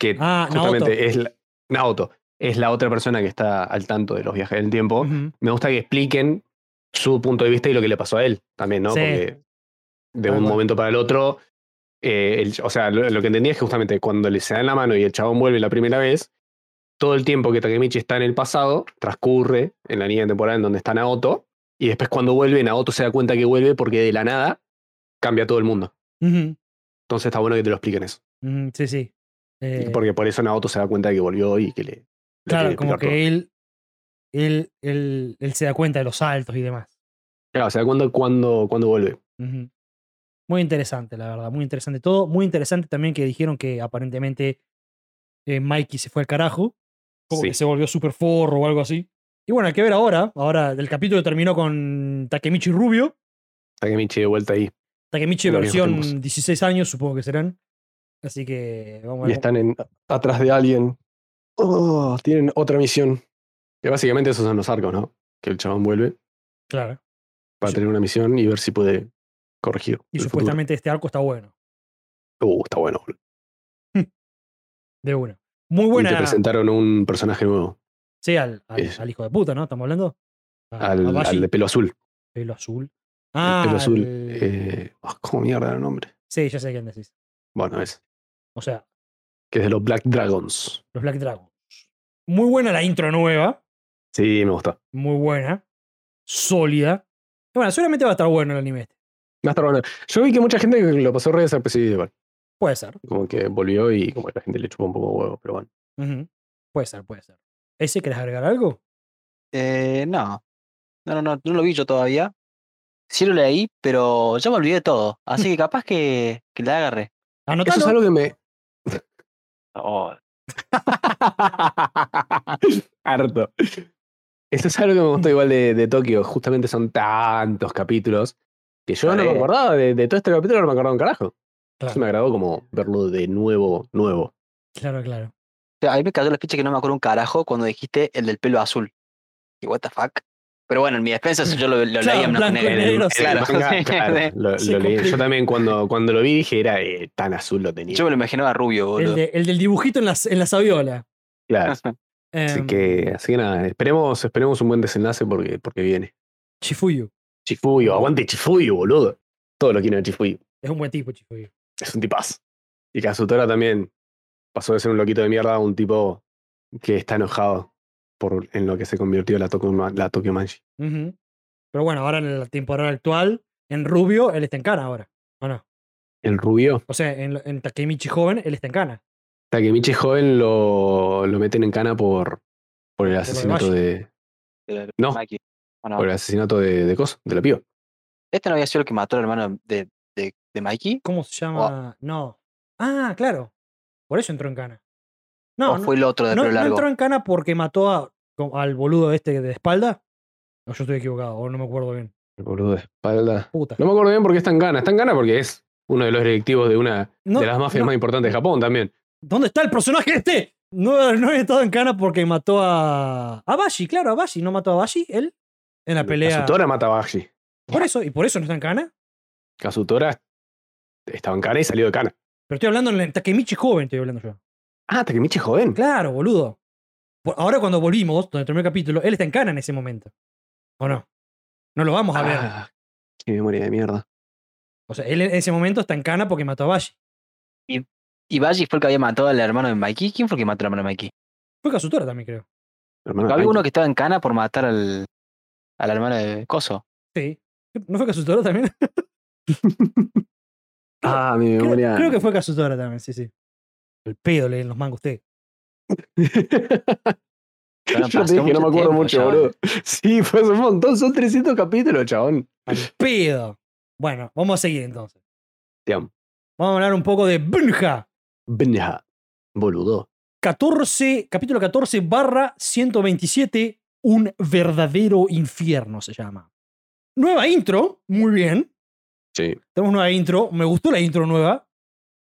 [SPEAKER 2] que
[SPEAKER 1] Ah,
[SPEAKER 2] justamente
[SPEAKER 1] Naoto.
[SPEAKER 2] es la, Naoto, es la otra persona que está al tanto de los viajes del tiempo.
[SPEAKER 1] Ujú.
[SPEAKER 2] Me gusta que expliquen su punto de vista y lo que le pasó a él también, ¿no?
[SPEAKER 1] Sí.
[SPEAKER 2] Porque de
[SPEAKER 1] Tal
[SPEAKER 2] un
[SPEAKER 1] cual.
[SPEAKER 2] momento para el otro, eh, el- o sea, lo, lo que entendí es que justamente cuando le se dan la mano y el chabón vuelve la primera vez, todo el tiempo que Takemichi está en el pasado transcurre en la línea temporal en donde está Naoto, y después cuando vuelve, Naoto se da cuenta que vuelve porque de la nada cambia todo el mundo.
[SPEAKER 1] Ujú.
[SPEAKER 2] Entonces está bueno que te lo expliquen eso.
[SPEAKER 1] Ujú, Sí, sí. Eh,
[SPEAKER 2] Porque por eso Naoto se da cuenta de que volvió y que le. le
[SPEAKER 1] claro,
[SPEAKER 2] quiere
[SPEAKER 1] como
[SPEAKER 2] explicar
[SPEAKER 1] que él, él, él, él se da cuenta de los saltos y demás.
[SPEAKER 2] todo. Claro, se da cuenta cuando, cuando vuelve.
[SPEAKER 1] Ujú. Muy interesante, la verdad, muy interesante todo. Muy interesante también que dijeron que aparentemente eh, Mikey se fue al carajo, como
[SPEAKER 2] Sí.
[SPEAKER 1] que se volvió super forro o algo así. Y bueno, hay que ver ahora. Ahora, el capítulo terminó con Takemichi Rubio.
[SPEAKER 2] Takemichi de vuelta ahí.
[SPEAKER 1] Takemichi
[SPEAKER 2] Los viejos
[SPEAKER 1] versión
[SPEAKER 2] tiempos.
[SPEAKER 1] 16 años, supongo que serán. Así que vamos a
[SPEAKER 2] Y
[SPEAKER 1] ver.
[SPEAKER 2] están en, atrás de alguien. Oh, tienen otra misión. Que básicamente esos son los arcos, ¿no? Que el chabón vuelve
[SPEAKER 1] Claro.
[SPEAKER 2] para
[SPEAKER 1] Sí.
[SPEAKER 2] tener una misión y ver si puede corregir.
[SPEAKER 1] Y
[SPEAKER 2] el futuro.
[SPEAKER 1] supuestamente este arco está bueno.
[SPEAKER 2] Uh, está bueno. boludo.
[SPEAKER 1] De una. Muy
[SPEAKER 2] Y te
[SPEAKER 1] buena.
[SPEAKER 2] presentaron un personaje nuevo.
[SPEAKER 1] Sí, al, al-
[SPEAKER 2] Es-
[SPEAKER 1] al hijo de puta, ¿no? ¿Estamos hablando? A- a
[SPEAKER 2] Al,
[SPEAKER 1] Bashi,
[SPEAKER 2] al de pelo azul.
[SPEAKER 1] pelo azul.
[SPEAKER 2] El
[SPEAKER 1] Ah,
[SPEAKER 2] pelo azul.
[SPEAKER 1] al-
[SPEAKER 2] eh, ah, ¿Cómo mierda era el nombre?
[SPEAKER 1] Sí, ya sé quién decís.
[SPEAKER 2] Bueno, es.
[SPEAKER 1] O sea,
[SPEAKER 2] Que es de los Black Dragons.
[SPEAKER 1] los Black Dragons. Muy buena la intro nueva.
[SPEAKER 2] Sí, me gusta.
[SPEAKER 1] Muy buena. Sólida. Y bueno, seguramente va a estar bueno el anime este.
[SPEAKER 2] Más tardó. Yo vi que mucha gente lo pasó re desapercibido igual.
[SPEAKER 1] Puede ser.
[SPEAKER 2] Como que volvió y como que la gente le chupó un poco huevo, pero bueno.
[SPEAKER 1] Ujú. Puede ser, puede ser. ¿Ese querés agregar algo?
[SPEAKER 3] Eh, no. No, no, no, no lo vi yo todavía. Sí lo leí, pero ya me olvidé de todo. Así que capaz que, que la agarré.
[SPEAKER 2] Eso
[SPEAKER 1] Anotalo.
[SPEAKER 2] es algo que me.
[SPEAKER 3] Oh,
[SPEAKER 2] Harto. Eso es algo que me gustó igual de, de Tokio. Justamente son tantos capítulos que yo no me
[SPEAKER 3] Tarea.
[SPEAKER 2] acordaba de, de todo este capítulo, no me acordaba un carajo. Eso me
[SPEAKER 1] Claro,
[SPEAKER 2] agradó como verlo de nuevo, nuevo.
[SPEAKER 1] claro, claro.
[SPEAKER 3] O sea, ahí me cayó la ficha que no me acuerdo un carajo cuando dijiste el del pelo azul. Y what the fuck. Pero bueno, en mi defensa eso yo lo, lo
[SPEAKER 1] Claro,
[SPEAKER 3] leía en blanco y
[SPEAKER 1] blanco y
[SPEAKER 3] negro.
[SPEAKER 1] negro, sí.
[SPEAKER 3] Claro,
[SPEAKER 2] El manga,
[SPEAKER 3] sí,
[SPEAKER 2] claro,
[SPEAKER 3] sí.
[SPEAKER 2] lo,
[SPEAKER 1] Sí,
[SPEAKER 2] lo leí. Yo
[SPEAKER 1] cumplí.
[SPEAKER 2] también cuando, cuando lo vi dije era eh, tan azul lo tenía.
[SPEAKER 3] Yo me lo imaginaba rubio,
[SPEAKER 1] El,
[SPEAKER 3] boludo.
[SPEAKER 1] de- el del dibujito en la, en la saviola.
[SPEAKER 2] Claro. Así
[SPEAKER 1] Em,
[SPEAKER 2] que, así que nada, esperemos, esperemos un buen desenlace porque, porque viene.
[SPEAKER 1] Chifuyu.
[SPEAKER 2] Chifuyo, aguante Chifuyo, boludo. Todo lo quiero de Chifuyo.
[SPEAKER 1] Es un buen tipo, Chifuyu.
[SPEAKER 2] Es un tipazo. Y Kazutora también pasó de ser un loquito de mierda a un tipo que está enojado por en lo que se convirtió la Tokyo, la Tokyo Manji.
[SPEAKER 1] Ujú. Pero bueno, ahora en la temporada actual, en Rubio, él está en Cana ahora. ¿O no?
[SPEAKER 2] El rubio,
[SPEAKER 1] O sea, en, lo- en Takemichi joven, él está en Cana.
[SPEAKER 2] Takemichi joven lo, lo meten en cana por, por el asesinato
[SPEAKER 1] Valle.
[SPEAKER 2] de. Ah.
[SPEAKER 3] de
[SPEAKER 2] no.
[SPEAKER 3] Maki. ¿O no?
[SPEAKER 2] Por el asesinato de, de Coso, de la piba.
[SPEAKER 3] Este no había sido el que mató al hermano de, de, de Mikey.
[SPEAKER 1] ¿Cómo se llama? No. Ah, claro. Por eso entró en Cana. No,
[SPEAKER 3] ¿O
[SPEAKER 1] no,
[SPEAKER 3] fue el otro de
[SPEAKER 1] no-
[SPEAKER 3] pelo
[SPEAKER 1] no
[SPEAKER 3] largo?
[SPEAKER 1] entró en Cana porque mató a- co- al boludo este de espalda. No, yo estoy equivocado, o no me acuerdo bien.
[SPEAKER 2] El boludo de espalda.
[SPEAKER 1] Puta.
[SPEAKER 2] No me acuerdo bien por qué está en Ghana. Está en Ghana porque es uno de los directivos de una
[SPEAKER 1] No,
[SPEAKER 2] de las mafias
[SPEAKER 1] no.
[SPEAKER 2] más importantes de Japón también.
[SPEAKER 1] ¿Dónde está el personaje este? No, no he estado en Cana porque mató a. A Bashi, claro, a Bashi. ¿No mató a Bashi él? En la pelea.
[SPEAKER 2] Kazutora mata a Bashi.
[SPEAKER 1] Por eso, y por eso no está en Cana.
[SPEAKER 2] Kazutora estaba en Ghana y salió de Ghana.
[SPEAKER 1] Pero estoy hablando en el Takemichi joven, estoy hablando yo.
[SPEAKER 2] Ah, Takemichi joven.
[SPEAKER 1] Claro, boludo. Por- Ahora cuando volvimos, donde terminó el capítulo, él está en Cana en ese momento. ¿O no? No lo vamos a ver.
[SPEAKER 2] Ah, qué memoria de mierda.
[SPEAKER 1] O sea, él en ese momento está en Cana porque mató a Bashi.
[SPEAKER 3] ¿Y Baji fue el que había matado al hermano de Mikey? ¿Quién fue el que mató al hermano de Mikey?
[SPEAKER 1] Fue Kazutora también, creo.
[SPEAKER 2] Hermano,
[SPEAKER 3] Había
[SPEAKER 2] ay,
[SPEAKER 3] uno que estaba en cana por matar al, al hermano de Coso.
[SPEAKER 1] Sí. ¿No fue Kazutora también?
[SPEAKER 2] Ah, mi
[SPEAKER 1] Creo,
[SPEAKER 2] memoria.
[SPEAKER 1] creo que fue Kazutora también, sí, sí. El pedo leen los mangos usted.
[SPEAKER 3] Pero
[SPEAKER 2] Yo te
[SPEAKER 3] pasó
[SPEAKER 2] dije, no
[SPEAKER 3] mucho
[SPEAKER 2] me acuerdo
[SPEAKER 3] tiempo,
[SPEAKER 2] mucho,
[SPEAKER 3] chabón.
[SPEAKER 2] boludo. Sí, fue hace un montón. Son 300 capítulos, chabón.
[SPEAKER 1] Pedo. Bueno, vamos a seguir entonces.
[SPEAKER 2] Te amo.
[SPEAKER 1] Vamos a hablar un poco de Bunja.
[SPEAKER 2] Benja, Boludo.
[SPEAKER 1] 14, capítulo 14 barra 127, un verdadero infierno se llama. Nueva intro, muy bien.
[SPEAKER 2] Sí.
[SPEAKER 1] Tenemos nueva intro, me gustó la intro nueva.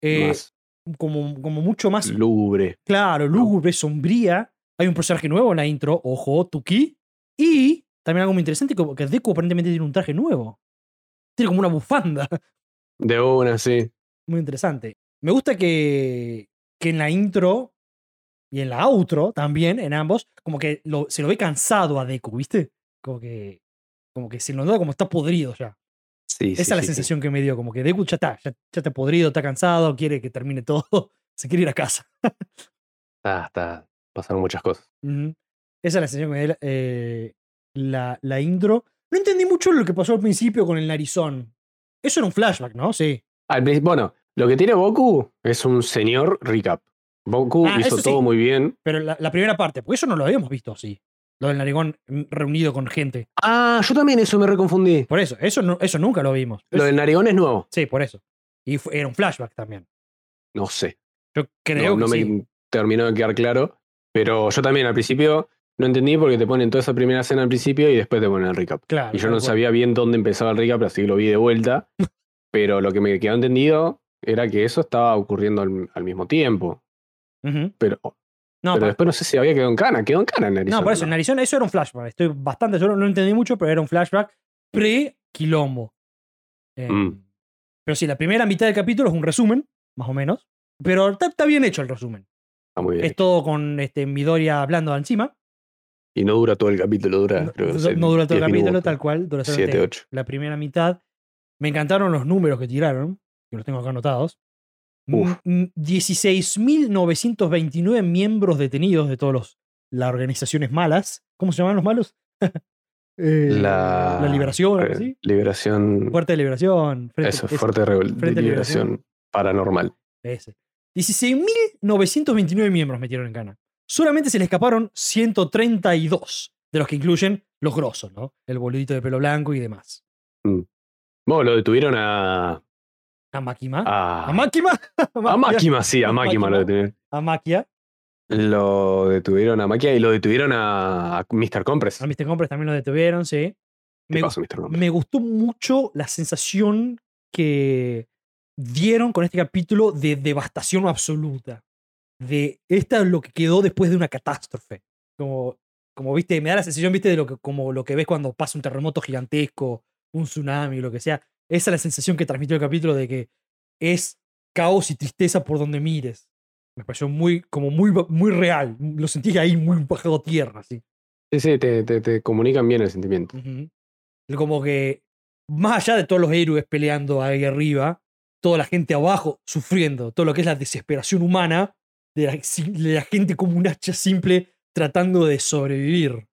[SPEAKER 1] Eh,
[SPEAKER 2] más
[SPEAKER 1] como, como mucho más
[SPEAKER 2] lubre.
[SPEAKER 1] claro, lúgubre, sombría. Hay un personaje nuevo en la intro, ojo, Tuki. Y también algo muy interesante, como que Deku aparentemente tiene un traje nuevo. Tiene como una bufanda.
[SPEAKER 2] De una, sí.
[SPEAKER 1] Muy interesante. Me gusta que, que en la intro y en la outro también, en ambos, como que lo- se lo ve cansado a Deku, ¿viste? Como que, como que se lo nota como está podrido ya.
[SPEAKER 2] Sí,
[SPEAKER 1] Esa es la sensación que me dio, como que Deku ya está, ya, ya está podrido, está cansado, quiere que termine todo, se quiere ir a casa.
[SPEAKER 2] Está, está. Pasaron muchas cosas.
[SPEAKER 1] Ujú. Esa es la sensación que me dio eh, la, la intro. No entendí mucho lo que pasó al principio con el narizón. Eso era un flashback, ¿no? Sí.
[SPEAKER 2] Al principio- bueno, lo que tiene Boku es un señor recap. Boku
[SPEAKER 1] Ah,
[SPEAKER 2] hizo
[SPEAKER 1] eso sí.
[SPEAKER 2] todo muy bien.
[SPEAKER 1] Pero la, la primera parte, porque eso no lo habíamos visto así. Lo del narigón mm, reunido con gente.
[SPEAKER 2] Ah, yo también eso me reconfundí.
[SPEAKER 1] Por eso, eso, no- eso nunca lo vimos.
[SPEAKER 2] Lo del narigón es nuevo.
[SPEAKER 1] Sí, por eso. Y fue- era un flashback también.
[SPEAKER 2] No sé.
[SPEAKER 1] Yo creo
[SPEAKER 2] No, no
[SPEAKER 1] que
[SPEAKER 2] me
[SPEAKER 1] sí.
[SPEAKER 2] terminó de quedar claro. Pero yo también al principio no entendí porque te ponen toda esa primera escena al principio y después te ponen el recap.
[SPEAKER 1] Claro.
[SPEAKER 2] Y yo
[SPEAKER 1] tal
[SPEAKER 2] no
[SPEAKER 1] cual.
[SPEAKER 2] sabía bien dónde empezaba el recap, así que lo vi de vuelta. Pero lo que me quedó entendido era que eso estaba ocurriendo al, al mismo tiempo.
[SPEAKER 1] Ujú.
[SPEAKER 2] Pero,
[SPEAKER 1] No,
[SPEAKER 2] pero
[SPEAKER 1] por,
[SPEAKER 2] después no sé si había quedado en cana. Quedó en cana en Arizona.
[SPEAKER 1] no, por eso, en Arizona eso era un flashback. Estoy bastante seguro, no entendí mucho, pero era un flashback pre-quilombo. Eh,
[SPEAKER 2] Mm.
[SPEAKER 1] Pero sí, la primera mitad del capítulo es un resumen, más o menos. Pero está, está bien hecho el resumen.
[SPEAKER 2] Está muy bien.
[SPEAKER 1] Es todo con este, Midoriya hablando encima.
[SPEAKER 2] Y no dura todo el capítulo, dura.
[SPEAKER 1] No,
[SPEAKER 2] creo que
[SPEAKER 1] no
[SPEAKER 2] sé,
[SPEAKER 1] dura todo el
[SPEAKER 2] 10
[SPEAKER 1] capítulo,
[SPEAKER 2] minutos.
[SPEAKER 1] tal cual. Dura solamente
[SPEAKER 2] 7, 8.
[SPEAKER 1] la primera mitad. Me encantaron los números que tiraron, que los tengo acá anotados.
[SPEAKER 2] Uf.
[SPEAKER 1] Mm, mm, 16.929 miembros detenidos de todos los las organizaciones malas. ¿Cómo se llaman los malos? Eh,
[SPEAKER 2] La,
[SPEAKER 1] la liberación, algo
[SPEAKER 2] eh,
[SPEAKER 1] así.
[SPEAKER 2] Liberación.
[SPEAKER 1] Fuerte de liberación. Frente,
[SPEAKER 2] eso,
[SPEAKER 1] ese,
[SPEAKER 2] Fuerte Revol-
[SPEAKER 1] Frente de
[SPEAKER 2] liberación, Paranormal.
[SPEAKER 1] ese. 16.929 miembros metieron en Cana. Solamente se le escaparon 132, de los que incluyen los grosos, ¿no? El boludito de pelo blanco y demás.
[SPEAKER 2] Bueno, lo detuvieron a.
[SPEAKER 1] A Makima.
[SPEAKER 2] A,
[SPEAKER 1] ¿A Makima?
[SPEAKER 2] a Máquima, sí,
[SPEAKER 1] A
[SPEAKER 2] a
[SPEAKER 1] Máquima.
[SPEAKER 2] Máquima lo detuvieron.
[SPEAKER 1] A Makia.
[SPEAKER 2] Lo detuvieron a Máquima y lo detuvieron a, a Mr. Compress.
[SPEAKER 1] A Mr. Compres también lo detuvieron, sí.
[SPEAKER 2] ¿Qué
[SPEAKER 1] Me,
[SPEAKER 2] pasó, Mr. Compress?
[SPEAKER 1] me gustó mucho la sensación que dieron con este capítulo de devastación absoluta. De esta es lo que quedó después de una catástrofe. Como, como viste, me da la sensación, viste, de lo que, como lo que ves cuando pasa un terremoto gigantesco, un tsunami, lo que sea. Esa es la sensación que transmitió el capítulo de que es caos y tristeza por donde mires. Me pareció muy, como muy, ba- muy real. Lo sentí ahí muy bajado a tierra, así.
[SPEAKER 2] Sí, sí, te, te- te comunican bien el sentimiento.
[SPEAKER 1] Ujú. Como que más allá de todos los héroes peleando ahí arriba, toda la gente abajo sufriendo, todo lo que es la desesperación humana de la, si- de la gente como un hacha simple tratando de sobrevivir.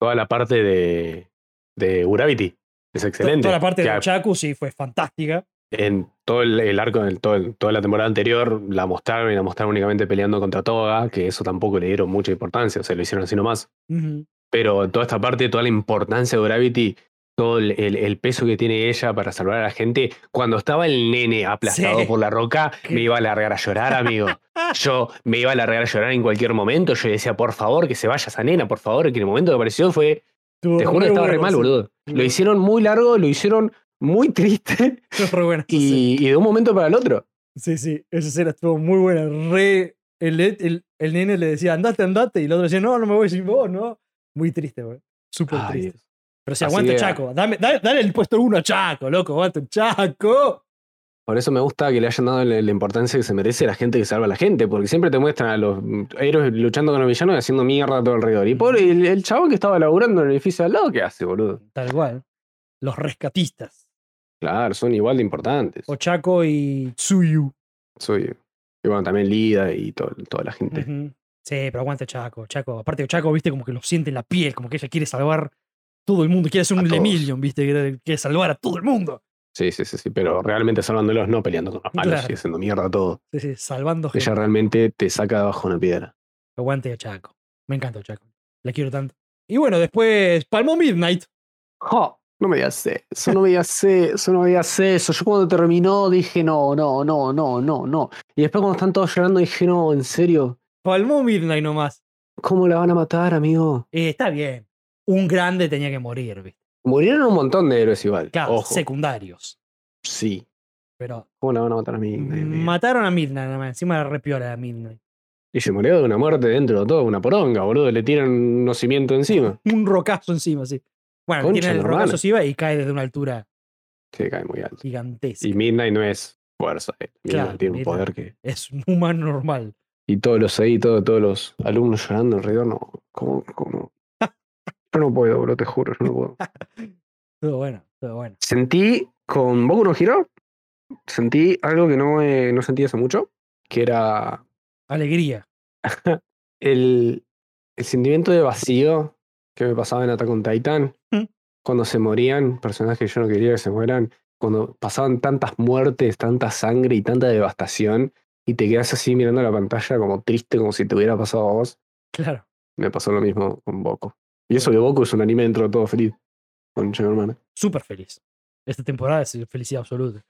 [SPEAKER 2] Toda la parte de, de Uravity es
[SPEAKER 1] To-
[SPEAKER 2] excelente.
[SPEAKER 1] Toda la parte de
[SPEAKER 2] Que a-
[SPEAKER 1] Ochaku sí fue fantástica.
[SPEAKER 2] en todo el, el arco, en el- todo el- toda la temporada anterior, la mostraron y la mostraron únicamente peleando contra Toga, que eso tampoco le dieron mucha importancia, o sea, lo hicieron así nomás.
[SPEAKER 1] Ujú.
[SPEAKER 2] Pero toda esta parte, toda la importancia de Gravity, todo el, el- el peso que tiene ella para salvar a la gente, cuando estaba el nene aplastado
[SPEAKER 1] Sí.
[SPEAKER 2] por la roca,
[SPEAKER 1] ¿Qué?
[SPEAKER 2] me iba a largar a llorar, amigo. Yo me iba a largar a llorar en cualquier momento. Yo decía, por favor, que se vaya esa nena, por favor, que en el momento que apareció fue
[SPEAKER 1] Estuvo
[SPEAKER 2] te juro que estaba re
[SPEAKER 1] bueno,
[SPEAKER 2] mal,
[SPEAKER 1] sí.
[SPEAKER 2] boludo.
[SPEAKER 1] Estuvo
[SPEAKER 2] Lo hicieron muy largo, lo hicieron muy triste
[SPEAKER 1] Estuvo re bueno, sí.
[SPEAKER 2] y, y de un momento para el otro.
[SPEAKER 1] Sí, sí, esa escena estuvo muy buena. Re, el, e, el- el nene le decía, andate, andate, y el otro decía, no, no me voy sin vos, no. Muy triste, güey. Súper
[SPEAKER 2] Ay,
[SPEAKER 1] triste.
[SPEAKER 2] Dios.
[SPEAKER 1] Pero si
[SPEAKER 2] Ah, Así
[SPEAKER 1] aguanta
[SPEAKER 2] que-
[SPEAKER 1] Chaco, dame, dale, dale el puesto uno a Chaco, loco, aguanta un Chaco.
[SPEAKER 2] Por eso me gusta que le hayan dado la la importancia que se merece la gente que salva a la gente, porque siempre te muestran a los mm, héroes luchando con los villanos y haciendo mierda a todo alrededor. Y pobre, el, el chabón que estaba laburando en el edificio al lado, ¿qué hace, boludo?
[SPEAKER 1] Tal cual. Los rescatistas.
[SPEAKER 2] Claro, son igual de importantes.
[SPEAKER 1] Ochaco y Tsuyu.
[SPEAKER 2] Soy, y bueno, también Lida y todo- toda la gente.
[SPEAKER 1] Ujú. Sí, pero aguanta Chaco, Chaco. Aparte Chaco, viste, como que lo siente en la piel, como que ella quiere salvar todo el mundo, quiere hacer
[SPEAKER 2] A
[SPEAKER 1] un
[SPEAKER 2] todos.
[SPEAKER 1] Lemillion, viste, quiere, quiere salvar a todo el mundo.
[SPEAKER 2] Sí, sí, sí, sí, pero realmente salvándolos, no peleando con los malos
[SPEAKER 1] Claro.
[SPEAKER 2] y haciendo mierda a todo.
[SPEAKER 1] Sí, sí, salvando gente.
[SPEAKER 2] Ella realmente te saca de abajo una piedra.
[SPEAKER 1] Aguante Chaco. Me encanta Chaco. La quiero tanto. Y bueno, después palmó Midnight.
[SPEAKER 2] Jo, no me digas eso, no me digas eso, no me digas eso. Yo cuando terminó dije no, no, no, no, no, no. Y después cuando están todos llorando dije no, en serio,
[SPEAKER 1] Palmó Midnight nomás.
[SPEAKER 2] ¿cómo la van a matar, amigo?
[SPEAKER 1] Eh, está bien. Un grande tenía que morir, viste.
[SPEAKER 2] Murieron un montón de héroes igual.
[SPEAKER 1] Claro,
[SPEAKER 2] Ojo,
[SPEAKER 1] secundarios.
[SPEAKER 2] sí.
[SPEAKER 1] Pero
[SPEAKER 2] ¿Cómo la van a matar a
[SPEAKER 1] Mm,
[SPEAKER 2] mí? Dios mío.
[SPEAKER 1] mataron a Midnight, nada más. Encima la repiola a Midnight.
[SPEAKER 2] Y se murió de una muerte dentro de todo, una poronga, boludo. Le tiran un cimientos encima.
[SPEAKER 1] Un rocazo encima, sí. Bueno,
[SPEAKER 2] Concha,
[SPEAKER 1] tiene el
[SPEAKER 2] mi
[SPEAKER 1] rocazo
[SPEAKER 2] hermana.
[SPEAKER 1] encima y cae desde una altura
[SPEAKER 2] Que cae muy alto.
[SPEAKER 1] gigantesca.
[SPEAKER 2] Y Midnight no es fuerza. eh. Midnight
[SPEAKER 1] Claro,
[SPEAKER 2] tiene un
[SPEAKER 1] Midnight.
[SPEAKER 2] poder que...
[SPEAKER 1] Es un humano normal.
[SPEAKER 2] Y todos los ahí, todo- todos los alumnos llorando alrededor, no. ¿Cómo? cómo? Yo no puedo, bro, te juro, yo no puedo.
[SPEAKER 1] Todo bueno, todo bueno.
[SPEAKER 2] Sentí con Boku no Hero, sentí algo que no, eh, no sentí hace mucho, que era
[SPEAKER 1] Alegría.
[SPEAKER 2] el, el sentimiento de vacío que me pasaba en Attack on Titan,
[SPEAKER 1] Mm.
[SPEAKER 2] cuando se morían personajes que yo no quería que se mueran, cuando pasaban tantas muertes, tanta sangre y tanta devastación, y te quedas así mirando la pantalla como triste, como si te hubiera pasado a vos.
[SPEAKER 1] Claro.
[SPEAKER 2] Me pasó lo mismo con Boku. Y eso que Boku es un anime dentro de todo feliz, con mi hermana.
[SPEAKER 1] Súper feliz. Esta temporada es felicidad absoluta.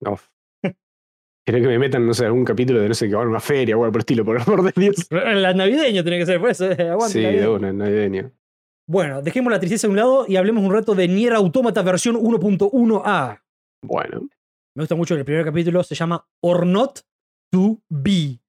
[SPEAKER 2] No. Quiero que me metan, no sé, algún capítulo de no sé qué, van a una feria o algo por el estilo, por el amor de Dios.
[SPEAKER 1] La navideña tiene que ser, pues. eh, aguante
[SPEAKER 2] Sí,
[SPEAKER 1] navideña.
[SPEAKER 2] de una, navideño.
[SPEAKER 1] Bueno, dejemos la tristeza a un lado y hablemos un rato de Nier Automata versión 1.1a.
[SPEAKER 2] Bueno,
[SPEAKER 1] Me gusta mucho que el primer capítulo se llama Or Not to Be.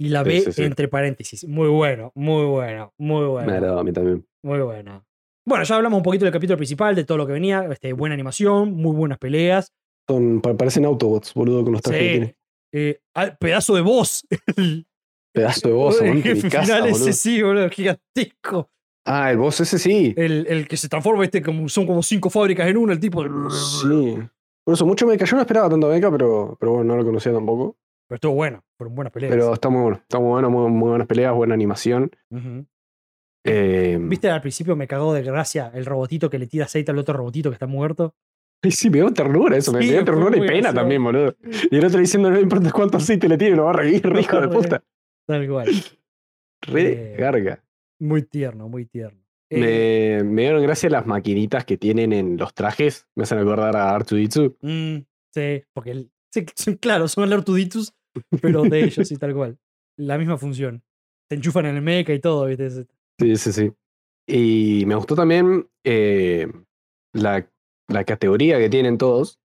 [SPEAKER 1] Y la
[SPEAKER 2] Sí,
[SPEAKER 1] B
[SPEAKER 2] sí, sí.
[SPEAKER 1] entre paréntesis. Muy bueno, muy bueno, muy bueno.
[SPEAKER 2] me agradó a mí también.
[SPEAKER 1] Muy bueno. Bueno, ya hablamos un poquito del capítulo principal, de todo lo que venía. Este, buena animación, muy buenas peleas.
[SPEAKER 2] Son, pa- parecen Autobots, boludo, con los trajes que
[SPEAKER 1] Sí.
[SPEAKER 2] tiene.
[SPEAKER 1] Eh, al- pedazo de voz.
[SPEAKER 2] Pedazo de boss,
[SPEAKER 1] el
[SPEAKER 2] aguante mi
[SPEAKER 1] jefe
[SPEAKER 2] casa,
[SPEAKER 1] final ese
[SPEAKER 2] boludo.
[SPEAKER 1] sí, boludo, gigantesco.
[SPEAKER 2] Ah, el boss ese sí.
[SPEAKER 1] El, el que se transforma, este, como, son como cinco fábricas en una, el tipo.
[SPEAKER 2] Sí. Por eso, mucho me cayó, no esperaba tanto Mecha, pero, pero bueno, no lo conocía tampoco.
[SPEAKER 1] Pero estuvo bueno, fueron buenas peleas.
[SPEAKER 2] Pero está muy bueno, está muy bueno, muy, muy buenas peleas, buena animación.
[SPEAKER 1] Ujú.
[SPEAKER 2] Eh,
[SPEAKER 1] ¿Viste? Al principio me cagó de gracia el robotito que le tira aceite al otro robotito que está muerto.
[SPEAKER 2] y sí, me dio ternura eso, me-
[SPEAKER 1] Sí,
[SPEAKER 2] me dio
[SPEAKER 1] fue
[SPEAKER 2] ternura y
[SPEAKER 1] muy
[SPEAKER 2] pena
[SPEAKER 1] gracioso.
[SPEAKER 2] también, boludo. Y el otro diciendo, no importa cuánto aceite le tiene, lo va a reír, hijo de puta.
[SPEAKER 1] Tal cual.
[SPEAKER 2] Re
[SPEAKER 1] Eh,
[SPEAKER 2] garga.
[SPEAKER 1] Muy tierno, muy tierno. Eh,
[SPEAKER 2] Me, me dieron gracia las maquinitas que tienen en los trajes. Me hacen acordar a Artuditsu.
[SPEAKER 1] mm, sí, porque el- sí, son- claro, son el Artuditus, pero de ellos y tal cual. La misma función. Te enchufan en el mecha y todo, ¿viste? Es-
[SPEAKER 2] Sí, sí, sí. Y me gustó también eh, la, la categoría que tienen todos.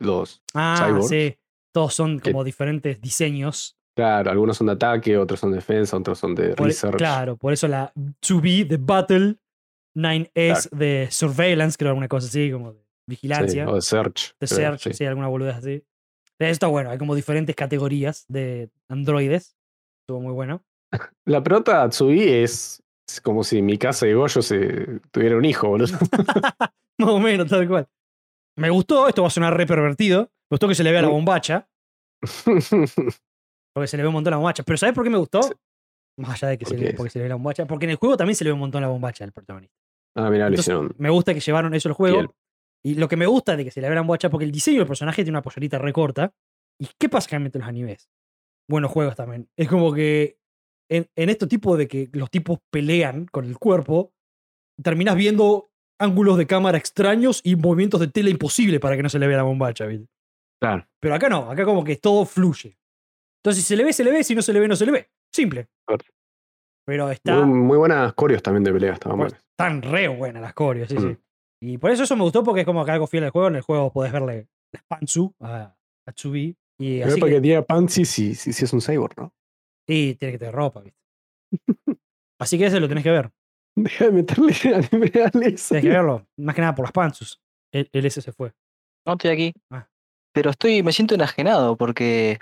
[SPEAKER 2] Los,
[SPEAKER 1] Ah,
[SPEAKER 2] Cyborgs.
[SPEAKER 1] sí. Todos son
[SPEAKER 2] Que-
[SPEAKER 1] como diferentes diseños.
[SPEAKER 2] claro, algunos son de ataque, otros son de defensa, otros son de
[SPEAKER 1] Por- e,
[SPEAKER 2] research.
[SPEAKER 1] claro, por eso la 2B de Battle, 9S de Surveillance, creo alguna cosa así, como de
[SPEAKER 2] sí,
[SPEAKER 1] vigilancia,
[SPEAKER 2] o de search.
[SPEAKER 1] de
[SPEAKER 2] creo,
[SPEAKER 1] search,
[SPEAKER 2] sí.
[SPEAKER 1] sí, alguna boludez así. Eso está bueno, hay como diferentes categorías de androides. Estuvo muy bueno.
[SPEAKER 2] La pelota Atsugi es, es como si mi casa de Goyo se tuviera un hijo, boludo.
[SPEAKER 1] Más o menos, tal cual. Me gustó, esto va a sonar re pervertido. Me gustó que se le vea la
[SPEAKER 2] Mm.
[SPEAKER 1] bombacha, porque se le ve un montón la bombacha. Pero ¿sabes por qué me gustó?
[SPEAKER 2] Sí.
[SPEAKER 1] Más allá de que se
[SPEAKER 2] ¿Por
[SPEAKER 1] le,
[SPEAKER 2] qué?
[SPEAKER 1] porque se le ve la bombacha, porque en el juego también se le ve un montón la bombacha al protagonista.
[SPEAKER 2] ah, mirá, le
[SPEAKER 1] Entonces,
[SPEAKER 2] hicieron.
[SPEAKER 1] Me gusta que llevaron eso al juego.
[SPEAKER 2] Fiel.
[SPEAKER 1] Y lo que me gusta de que se le vean bocha, porque el diseño del personaje tiene una pollerita recorta. ¿Y qué pasa generalmente en los animes? Buenos juegos también. Es como que en, en este tipo de que los tipos pelean con el cuerpo, terminás viendo ángulos de cámara extraños y movimientos de tela imposible para que no se le vea la bombacha, ¿viste?
[SPEAKER 2] Claro.
[SPEAKER 1] Pero acá no, acá como que todo fluye. Entonces, si se le ve, se le ve, si no se le ve, no se le ve. Simple.
[SPEAKER 2] Perfecto.
[SPEAKER 1] Pero está
[SPEAKER 2] Muy, muy buenas coreos también de pelea, estaban
[SPEAKER 1] pues,
[SPEAKER 2] buenas.
[SPEAKER 1] están re buenas las coreos, sí, sí.
[SPEAKER 2] Mm.
[SPEAKER 1] Y por eso eso me gustó porque es como que algo fiel al juego. En el juego podés verle las pantsu a, a Tsubi. Y así
[SPEAKER 2] Pero para
[SPEAKER 1] que,
[SPEAKER 2] que diga Pansy si, si, si es un cyborg, ¿no?
[SPEAKER 1] y tiene que tener ropa, ¿viste? Así que ese lo tenés que ver.
[SPEAKER 2] Deja de meterle anime al eso.
[SPEAKER 1] Tenés que verlo. Más que nada por las pantsus. El, el ese se fue.
[SPEAKER 3] No estoy aquí.
[SPEAKER 1] Ah.
[SPEAKER 3] Pero estoy, me siento enajenado porque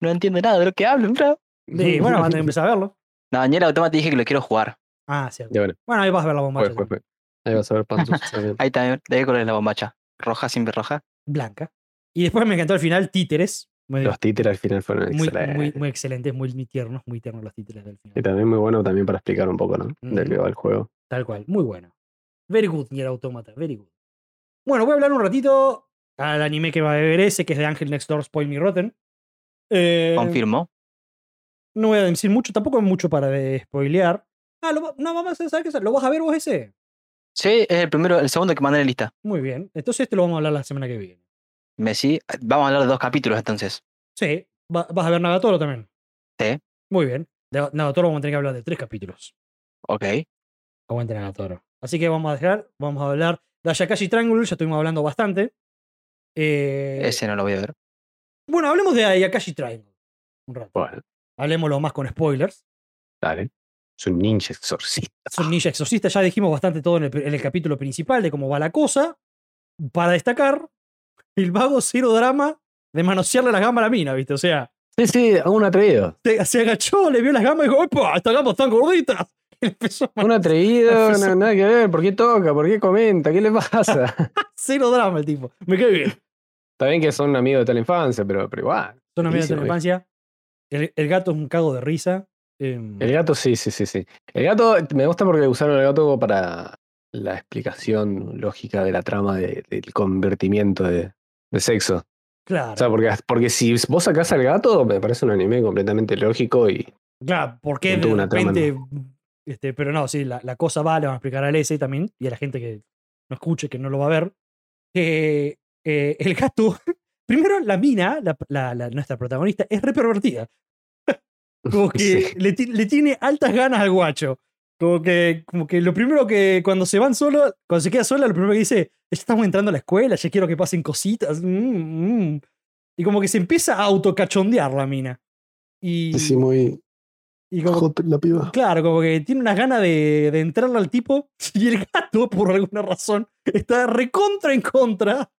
[SPEAKER 3] no entiendo nada de lo que hablan, bro.
[SPEAKER 1] Y bueno, cuando empezar a verlo.
[SPEAKER 3] No, ayer automáticamente dije que lo quiero jugar.
[SPEAKER 1] Ah, cierto.
[SPEAKER 2] Ya, bueno,
[SPEAKER 1] Bueno, ahí vas a ver la bombacha.
[SPEAKER 2] fue, fue,
[SPEAKER 1] también.
[SPEAKER 2] fue. Ahí vas a ver Pansy. está bien.
[SPEAKER 3] Ahí también, de qué color es la bombacha. Roja, siempre roja.
[SPEAKER 1] Blanca. Y después me encantó al final Títeres. Muy,
[SPEAKER 2] Los títeres al final fueron
[SPEAKER 1] muy,
[SPEAKER 2] excelentes.
[SPEAKER 1] muy, muy excelentes, muy, muy tiernos, muy tiernos los títeres del final.
[SPEAKER 2] Y también muy bueno también para explicar un poco, ¿no? Del que
[SPEAKER 1] Ujú.
[SPEAKER 2] va el juego.
[SPEAKER 1] Tal cual, muy bueno. Very good, Nier Automata, very good. Bueno, voy a hablar un ratito al anime que va a ver ese, que es de Angel Next Door Spoil Me Rotten. Eh,
[SPEAKER 3] Confirmo.
[SPEAKER 1] No voy a decir mucho, tampoco hay mucho para de spoilear. Ah, lo va- no, vamos a saber que lo vas a ver vos ese.
[SPEAKER 3] Sí, es el primero, el segundo que mandé en la lista.
[SPEAKER 1] Muy bien, entonces este lo vamos a hablar la semana que viene.
[SPEAKER 3] Messi, vamos a hablar de dos capítulos entonces.
[SPEAKER 1] Sí, va- vas a ver Nagatoro también.
[SPEAKER 3] Sí.
[SPEAKER 1] Muy bien. De Nagatoro vamos a tener que hablar de tres capítulos.
[SPEAKER 3] Ok.
[SPEAKER 2] Eh.
[SPEAKER 1] Aguante Nagatoro. Así que vamos a dejar, vamos a hablar de Ayakashi Triangle, ya estuvimos hablando bastante. Eh,
[SPEAKER 3] Ese no lo voy a ver.
[SPEAKER 1] Bueno, hablemos de Ayakashi Triangle. Un rato.
[SPEAKER 2] Bueno,
[SPEAKER 1] Hablemoslo más con spoilers.
[SPEAKER 2] dale. Es un ninja exorcista.
[SPEAKER 1] Es un ninja exorcista. Ya dijimos bastante todo en el, en el capítulo principal de cómo va la cosa. Para destacar, el vago cero drama de manosearle las gamas a la mina, ¿viste? O sea,
[SPEAKER 2] Sí, sí, a un atrevido.
[SPEAKER 1] se, se agachó, le vio las gamas y dijo, ¡Epa! Estas gamas están gorditas. Y le empezó a
[SPEAKER 2] Un
[SPEAKER 1] manosear.
[SPEAKER 2] atrevido,
[SPEAKER 1] Eso.
[SPEAKER 2] na- nada que ver. ¿Por qué toca? ¿Por qué comenta? ¿Qué le pasa?
[SPEAKER 1] Cero drama el tipo. Me cae bien.
[SPEAKER 2] Está bien que son amigos de toda la infancia, pero, pero igual.
[SPEAKER 1] Son amigos de
[SPEAKER 2] Buenísimo,
[SPEAKER 1] la infancia. El, el gato es un cago de risa. Em,
[SPEAKER 2] El gato, sí, sí, sí, sí. El gato, me gusta porque usaron el gato para la explicación lógica de la trama de- del convertimiento de, de sexo.
[SPEAKER 1] claro.
[SPEAKER 2] O sea, porque, porque si vos sacás al gato, me parece un anime completamente lógico y
[SPEAKER 1] Claro, porque
[SPEAKER 2] No
[SPEAKER 1] de
[SPEAKER 2] tuvo una trama,
[SPEAKER 1] repente. Este, pero no, sí, la, la cosa va, le vamos a explicar al S también, y a la gente que no escuche, que no lo va a ver. que, eh, el gato. Primero, la mina, la, la- la- nuestra protagonista, es re pervertida. Como que
[SPEAKER 2] Sí.
[SPEAKER 1] le, ti- le tiene altas ganas al guacho. Como que, como que lo primero que cuando se van solo, cuando se queda sola, lo primero que dice, ya estamos entrando a la escuela, ya quiero que pasen cositas. mm, mm". Y como que se empieza a autocachondear la mina. Y,
[SPEAKER 2] muy
[SPEAKER 1] y como
[SPEAKER 2] la piba.
[SPEAKER 1] Claro, como que tiene unas ganas de, de entrarle al tipo y el gato, por alguna razón, está recontra en contra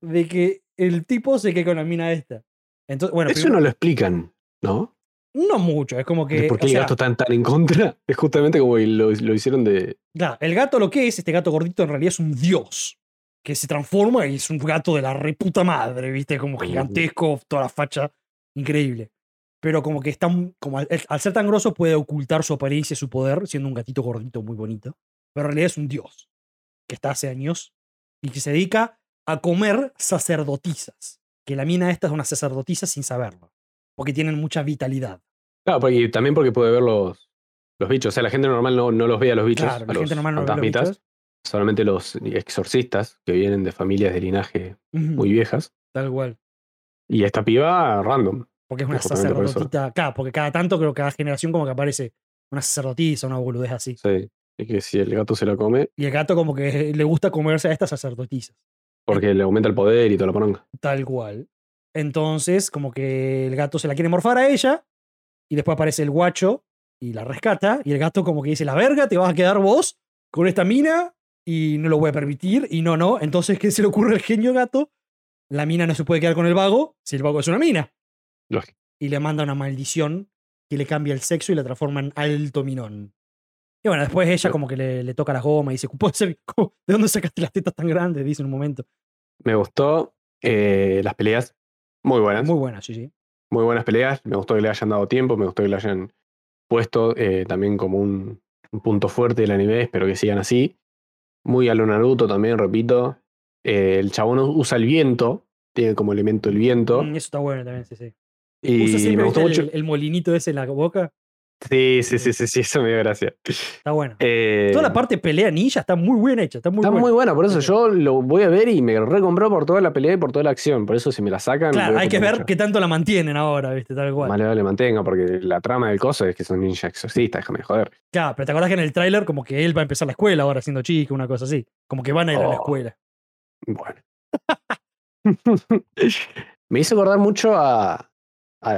[SPEAKER 1] de que el tipo se quede con la mina esta. Entonces, bueno,
[SPEAKER 2] Eso
[SPEAKER 1] primero-
[SPEAKER 2] no lo explican, ¿no?
[SPEAKER 1] no... mucho, es como que...
[SPEAKER 2] ¿Por qué
[SPEAKER 1] o
[SPEAKER 2] el
[SPEAKER 1] sea,
[SPEAKER 2] gato está tan en contra? Es justamente como que lo, lo hicieron de.
[SPEAKER 1] claro, el gato lo que es, este gato gordito en realidad es un dios que se transforma y es un gato de la reputa madre, ¿viste? Como gigantesco, toda la facha, increíble. pero como que están, como al, al ser tan grosso puede ocultar su apariencia, y su poder, siendo un gatito gordito muy bonito, pero en realidad es un dios que está hace años y que se dedica a comer sacerdotisas, que la mina esta es una sacerdotisa sin saberlo, porque tienen mucha vitalidad.
[SPEAKER 2] Claro, porque- y también porque puede ver los, los bichos. O sea, la gente normal no, no los ve a los bichos.
[SPEAKER 1] Claro,
[SPEAKER 2] a
[SPEAKER 1] la
[SPEAKER 2] los
[SPEAKER 1] gente normal no ve los
[SPEAKER 2] fantasmitas.
[SPEAKER 1] bichos.
[SPEAKER 2] Solamente los exorcistas que vienen de familias de linaje
[SPEAKER 1] Ujú,
[SPEAKER 2] muy viejas.
[SPEAKER 1] Tal cual.
[SPEAKER 2] Y esta piba, random.
[SPEAKER 1] Porque es una
[SPEAKER 2] Justamente por eso.
[SPEAKER 1] sacerdotita. Claro, porque cada tanto creo que cada generación como que aparece una sacerdotisa, una boludez así.
[SPEAKER 2] Sí. Y que si el gato se la come,
[SPEAKER 1] Y el gato como que le gusta comerse a estas sacerdotisas.
[SPEAKER 2] porque le aumenta el poder y toda la poronga.
[SPEAKER 1] Tal cual. Entonces, como que el gato se la quiere morfar a ella. Y después aparece el guacho y la rescata. Y el gato como que dice, la verga, te vas a quedar vos con esta mina. Y no lo voy a permitir. Y no, no. Entonces, ¿qué se le ocurre al genio gato? La mina no se puede quedar con el vago si el vago es una mina.
[SPEAKER 2] Lógico.
[SPEAKER 1] Y le manda una maldición que le cambia el sexo y la transforma en alto minón. Y bueno, después ella como que le, le toca la goma y dice, "¿Puede ser- cómo- ¿de dónde sacaste las tetas tan grandes? Dice en un momento.
[SPEAKER 2] Me gustó eh, las peleas. Muy buenas.
[SPEAKER 1] Muy buena, sí, sí.
[SPEAKER 2] muy buenas peleas. Me gustó que le hayan dado tiempo, me gustó que le hayan puesto eh, también como un, un punto fuerte del anime. Espero que sigan así. Muy a lo Naruto también, repito. Eh, el chabón usa el viento, tiene como elemento el viento.
[SPEAKER 1] Mm, Eso está bueno también, sí, sí. Usa
[SPEAKER 2] Y
[SPEAKER 1] siempre
[SPEAKER 2] me gustó
[SPEAKER 1] ¿viste,
[SPEAKER 2] mucho.
[SPEAKER 1] el, el molinito ese en la boca.
[SPEAKER 2] Sí, sí, sí, sí, sí, eso me dio gracia.
[SPEAKER 1] Está bueno.
[SPEAKER 2] Eh,
[SPEAKER 1] Toda la parte pelea ninja está muy bien hecha. Está muy
[SPEAKER 2] Está
[SPEAKER 1] buena.
[SPEAKER 2] muy buena, por eso
[SPEAKER 1] Sí.
[SPEAKER 2] yo lo voy a ver y me recompró por toda la pelea y por toda la acción. Por eso si me la sacan.
[SPEAKER 1] Claro,
[SPEAKER 2] voy a
[SPEAKER 1] hay que
[SPEAKER 2] comprar
[SPEAKER 1] ver
[SPEAKER 2] mucho.
[SPEAKER 1] qué tanto la mantienen ahora, ¿viste? Tal cual.
[SPEAKER 2] Más le vale mantenga, porque la trama del coso es que son ninja exorcistas, déjame de joder.
[SPEAKER 1] Claro, pero te acordás que en el tráiler como que él va a empezar la escuela ahora siendo chico, una cosa así. Como que van a ir a la
[SPEAKER 2] Oh.
[SPEAKER 1] escuela.
[SPEAKER 2] Bueno. Me hizo acordar mucho a, a-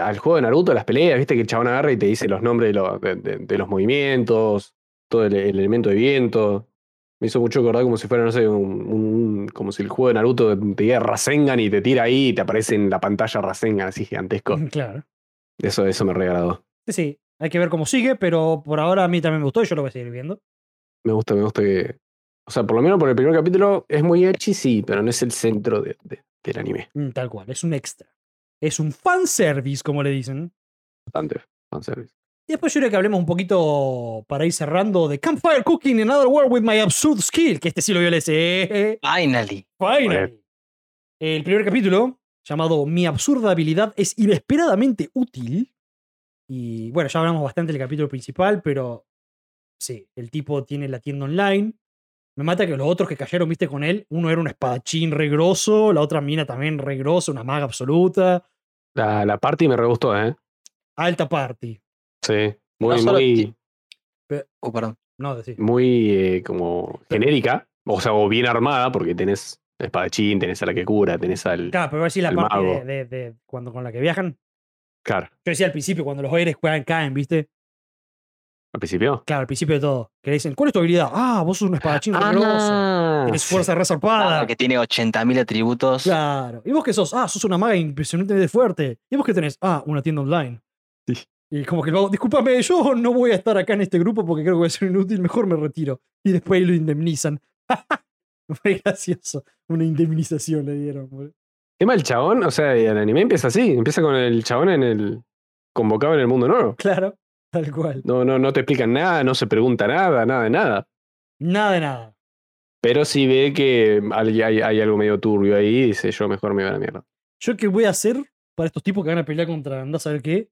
[SPEAKER 2] al juego de Naruto, las peleas, viste que el chabón agarra y te dice los nombres de, lo- de- de- de los movimientos, todo el, el elemento de viento. Me hizo mucho acordar como si fuera, no sé, un, un- como si el juego de Naruto te diera Rasengan y te tira ahí y te aparece en la pantalla Rasengan así gigantesco.
[SPEAKER 1] Mm, Claro.
[SPEAKER 2] Eso, eso me regaló.
[SPEAKER 1] Sí, sí. Hay que ver cómo sigue, pero por ahora a mí también me gustó y yo lo voy a seguir viendo.
[SPEAKER 2] Me gusta, me gusta que. O sea, por lo menos por el primer capítulo es muy echi, sí, pero no es el centro de- de- del anime.
[SPEAKER 1] Mm, Tal cual, es un extra. Es un fanservice, como le dicen.
[SPEAKER 2] Bastante fanservice.
[SPEAKER 1] Y después yo creo que hablemos un poquito para ir cerrando de Campfire Cooking in Another World with My Absurd Skill, que este sí lo vio el ese.
[SPEAKER 3] Finally.
[SPEAKER 1] Finally. El primer capítulo, llamado Mi absurda habilidad es inesperadamente útil. Y bueno, ya hablamos bastante del capítulo principal, pero sí, el tipo tiene la tienda online. Me mata que los otros que cayeron, viste, con él, uno era un espadachín regroso, la otra mina también regrosa, una maga absoluta.
[SPEAKER 2] La, la party me re gustó, ¿eh?
[SPEAKER 1] Alta party.
[SPEAKER 2] Sí. Muy,
[SPEAKER 3] No solo
[SPEAKER 2] muy,
[SPEAKER 3] Oh, perdón.
[SPEAKER 1] No, decir.
[SPEAKER 2] muy eh, como genérica. O sea, o bien armada, porque tenés espadachín, tenés a la que cura, tenés al.
[SPEAKER 1] Claro, pero voy a decir la
[SPEAKER 2] El
[SPEAKER 1] parte de,
[SPEAKER 2] mago.
[SPEAKER 1] de- de cuando con la que viajan.
[SPEAKER 2] Claro,
[SPEAKER 1] Yo decía al principio, cuando los aires juegan, caen, ¿viste?
[SPEAKER 2] al principio.
[SPEAKER 1] Claro, al principio de todo. Que le dicen, ¿cuál es tu habilidad? Ah, vos sos un espadachín regroso.
[SPEAKER 2] Ah,
[SPEAKER 1] Tienes
[SPEAKER 2] sí.
[SPEAKER 1] fuerza resarpada.
[SPEAKER 3] Ah, que tiene 80.000 atributos.
[SPEAKER 1] Claro. ¿Y vos qué sos? Ah, sos una maga impresionantemente fuerte. ¿Y vos qué tenés? Ah, una tienda online.
[SPEAKER 2] Sí.
[SPEAKER 1] Y como que el vago, discúlpame, yo no voy a estar acá en este grupo porque creo que voy a ser inútil, mejor me retiro. Y después lo indemnizan. Fue gracioso. Una indemnización le dieron, boludo.
[SPEAKER 2] Tema el chabón, o sea, el anime empieza así. Empieza con el chabón en el. convocado en el mundo nuevo.
[SPEAKER 1] Claro, tal cual.
[SPEAKER 2] No, no, no te explican nada, no se pregunta nada, nada de nada.
[SPEAKER 1] Nada de nada.
[SPEAKER 2] Pero si ve que hay, hay- hay algo medio turbio ahí, y dice yo mejor me voy a la mierda.
[SPEAKER 1] ¿Yo qué voy a hacer para estos tipos que van a pelear contra andás a ver qué?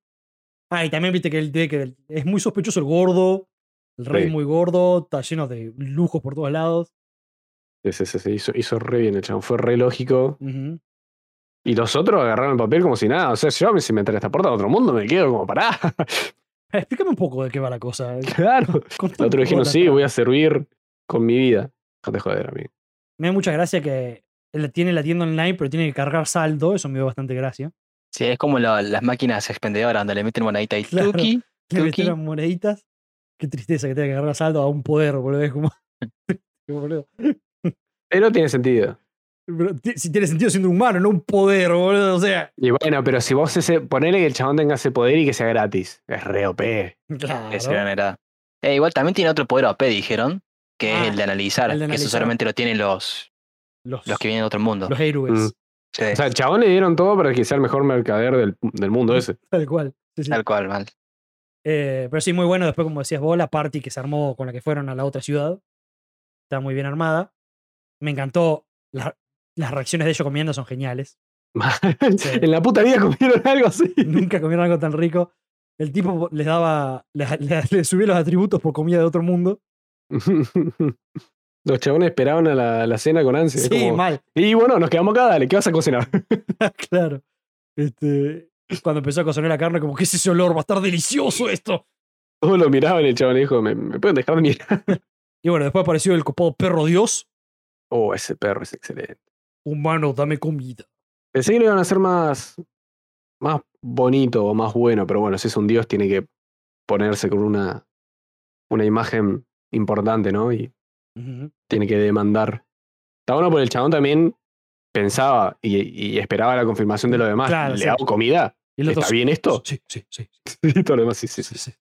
[SPEAKER 1] Ah, y también viste que, el, de- que el- es muy sospechoso el gordo. El rey
[SPEAKER 2] Sí.
[SPEAKER 1] muy gordo, está lleno de lujos por todos lados.
[SPEAKER 2] Ese, ese, ese, hizo, hizo re bien el chabón, fue re lógico.
[SPEAKER 1] Ujú.
[SPEAKER 2] Y los otros agarraron el papel como si nada. O sea, yo me- si me teletransportan a otro mundo me quedo como pará.
[SPEAKER 1] Eh, Explícame un poco de qué va la cosa. eh, Contá
[SPEAKER 2] Claro. Los
[SPEAKER 1] un
[SPEAKER 2] otros dijeron,
[SPEAKER 1] poco la
[SPEAKER 2] sí,
[SPEAKER 1] trama.
[SPEAKER 2] voy a servir con mi vida. Déjate joder, amigo.
[SPEAKER 1] Me da mucha gracia que él tiene la tienda online, pero tiene que cargar saldo. Eso me dio bastante gracia.
[SPEAKER 3] Sí, es como la- las máquinas expendedoras donde le meten monedita y
[SPEAKER 1] Claro.
[SPEAKER 3] tuki.
[SPEAKER 1] Le
[SPEAKER 3] Tuki.
[SPEAKER 1] metieron moneditas. Qué tristeza que tenga que cargar saldo a un poder, boludo. Es como. boludo.
[SPEAKER 2] Pero tiene sentido.
[SPEAKER 1] Pero ti- si tiene sentido siendo un humano, no un poder, boludo. O sea.
[SPEAKER 2] Y bueno, pero si vos ese, ponele que el chabón tenga ese poder y que sea gratis. Es re OP.
[SPEAKER 1] Claro.
[SPEAKER 3] Ese gran era. Eh, igual también tiene otro poder OP, dijeron, que
[SPEAKER 1] Ah,
[SPEAKER 3] es el de analizar,
[SPEAKER 1] el de
[SPEAKER 3] que eso
[SPEAKER 1] analizar.
[SPEAKER 3] solamente lo tienen los,
[SPEAKER 1] Los,
[SPEAKER 3] los que vienen de otro mundo.
[SPEAKER 1] los héroes.
[SPEAKER 2] Mm.
[SPEAKER 3] Sí,
[SPEAKER 2] O sea, al chabón le dieron todo para que sea el mejor mercader del, del mundo ese.
[SPEAKER 1] Tal cual. Sí, sí.
[SPEAKER 3] tal cual, mal.
[SPEAKER 1] Eh, pero sí, muy bueno. Después, como decías vos, la party que se armó con la que fueron a la otra ciudad. Está muy bien armada. Me encantó. la- las reacciones de ellos comiendo son geniales.
[SPEAKER 2] en la puta vida comieron algo así.
[SPEAKER 1] Nunca comieron algo tan rico. El tipo les daba. Les, les- les subía los atributos por comida de otro mundo.
[SPEAKER 2] Los chabones esperaban a la, la cena con ansia.
[SPEAKER 1] Sí,
[SPEAKER 2] es como,
[SPEAKER 1] mal.
[SPEAKER 2] Y bueno, nos quedamos acá, dale, ¿qué vas a cocinar?
[SPEAKER 1] Claro. Este, cuando empezó a cocer la carne, como que es ese olor, va a estar delicioso esto.
[SPEAKER 2] Todos lo miraban y el chabón dijo, ¿me, me pueden dejar de mirar?
[SPEAKER 1] Y bueno, después apareció el copado perro Dios.
[SPEAKER 2] Oh, ese perro es excelente.
[SPEAKER 1] Humano, dame comida.
[SPEAKER 2] Pensé que lo iban a hacer más, más bonito o más bueno, pero bueno, si es un dios tiene que ponerse con una, una imagen importante, ¿no? Y
[SPEAKER 1] Ujú.
[SPEAKER 2] tiene que demandar. Está bueno porque el chabón también pensaba y, y esperaba la confirmación de lo demás.
[SPEAKER 1] Claro,
[SPEAKER 2] ¿Le
[SPEAKER 1] sí.
[SPEAKER 2] hago comida?
[SPEAKER 1] Y el otro,
[SPEAKER 2] ¿Está bien esto?
[SPEAKER 1] Sí, sí, sí.
[SPEAKER 2] Y todo lo demás, sí, sí,
[SPEAKER 1] sí,
[SPEAKER 2] sí.
[SPEAKER 1] sí.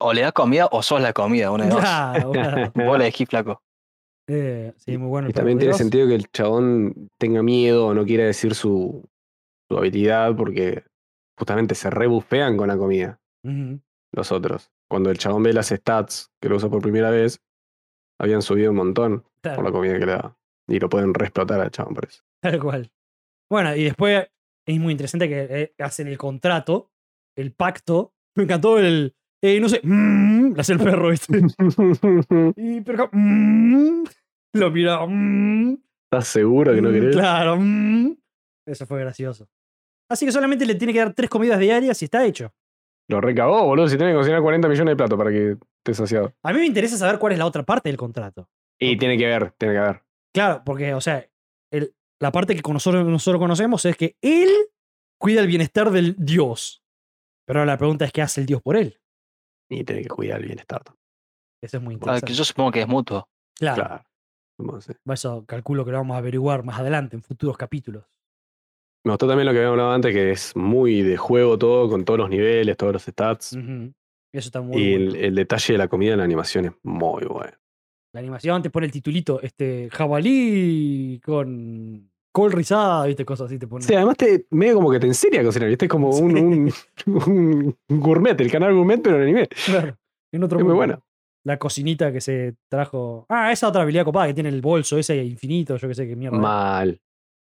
[SPEAKER 3] O le das comida o sos la comida,
[SPEAKER 2] E
[SPEAKER 3] una de dos.
[SPEAKER 1] Claro, claro.
[SPEAKER 3] Vos le elegís, flaco.
[SPEAKER 1] Eh, sí, muy bueno. el
[SPEAKER 2] Y también
[SPEAKER 1] perro
[SPEAKER 2] tiene
[SPEAKER 1] Dios.
[SPEAKER 2] sentido que el chabón tenga miedo o no quiera decir su, su habilidad porque justamente se rebufean con la comida
[SPEAKER 1] Ujú.
[SPEAKER 2] los otros. Cuando el chabón ve las stats que lo usa por primera vez, habían subido un montón
[SPEAKER 1] Claro,
[SPEAKER 2] por la comida que le da. Y lo pueden re explotar al chabón por eso.
[SPEAKER 1] tal cual. Bueno, y después es muy interesante que eh, hacen el contrato, el pacto. Me encantó el. eh, no sé. mm, lo hace el perro este. Y pero. mm, lo mira. mm,
[SPEAKER 2] ¿Estás seguro que no
[SPEAKER 1] Mm,
[SPEAKER 2] querés?
[SPEAKER 1] Claro. mm. Eso fue gracioso. Así que solamente le tiene que dar tres comidas diarias y está hecho.
[SPEAKER 2] Lo recagó, boludo. Si tiene que cocinar 40 millones de platos para que esté saciado.
[SPEAKER 1] A mí me interesa saber cuál es la otra parte del contrato.
[SPEAKER 2] Y tiene que ver, tiene que ver.
[SPEAKER 1] Claro, porque, o sea, el- la parte que con nosotros, nosotros conocemos es que él cuida el bienestar del dios. Pero la pregunta es qué hace el dios por él.
[SPEAKER 2] Y tiene que cuidar el bienestar. también.
[SPEAKER 1] Eso es muy
[SPEAKER 3] Ah, que
[SPEAKER 1] interesante.
[SPEAKER 3] yo supongo que es mutuo.
[SPEAKER 1] Claro,
[SPEAKER 2] Claro. Vamos a ver.
[SPEAKER 1] eso calculo que lo vamos a averiguar más adelante en futuros capítulos.
[SPEAKER 2] Me gustó también lo que había hablado antes, que es muy de juego todo, con todos los niveles, todos los stats.
[SPEAKER 1] Ujú. Eso está muy
[SPEAKER 2] y
[SPEAKER 1] bueno.
[SPEAKER 2] el, el detalle de la comida en la animación es muy bueno.
[SPEAKER 1] La animación te pone el titulito, este, jabalí con col rizada, viste, cosas así te
[SPEAKER 2] O
[SPEAKER 1] pone.
[SPEAKER 2] sea, además te medio como que te enseña a cocinar, ¿viste? Es como un, un- un gourmet, el canal gourmet, pero en anime.
[SPEAKER 1] Claro, en otro
[SPEAKER 2] Es muy
[SPEAKER 1] mundo.
[SPEAKER 2] buena.
[SPEAKER 1] La cocinita que se trajo. Ah, esa otra habilidad copada que tiene el bolso ese infinito, yo qué sé qué mierda.
[SPEAKER 2] Mal.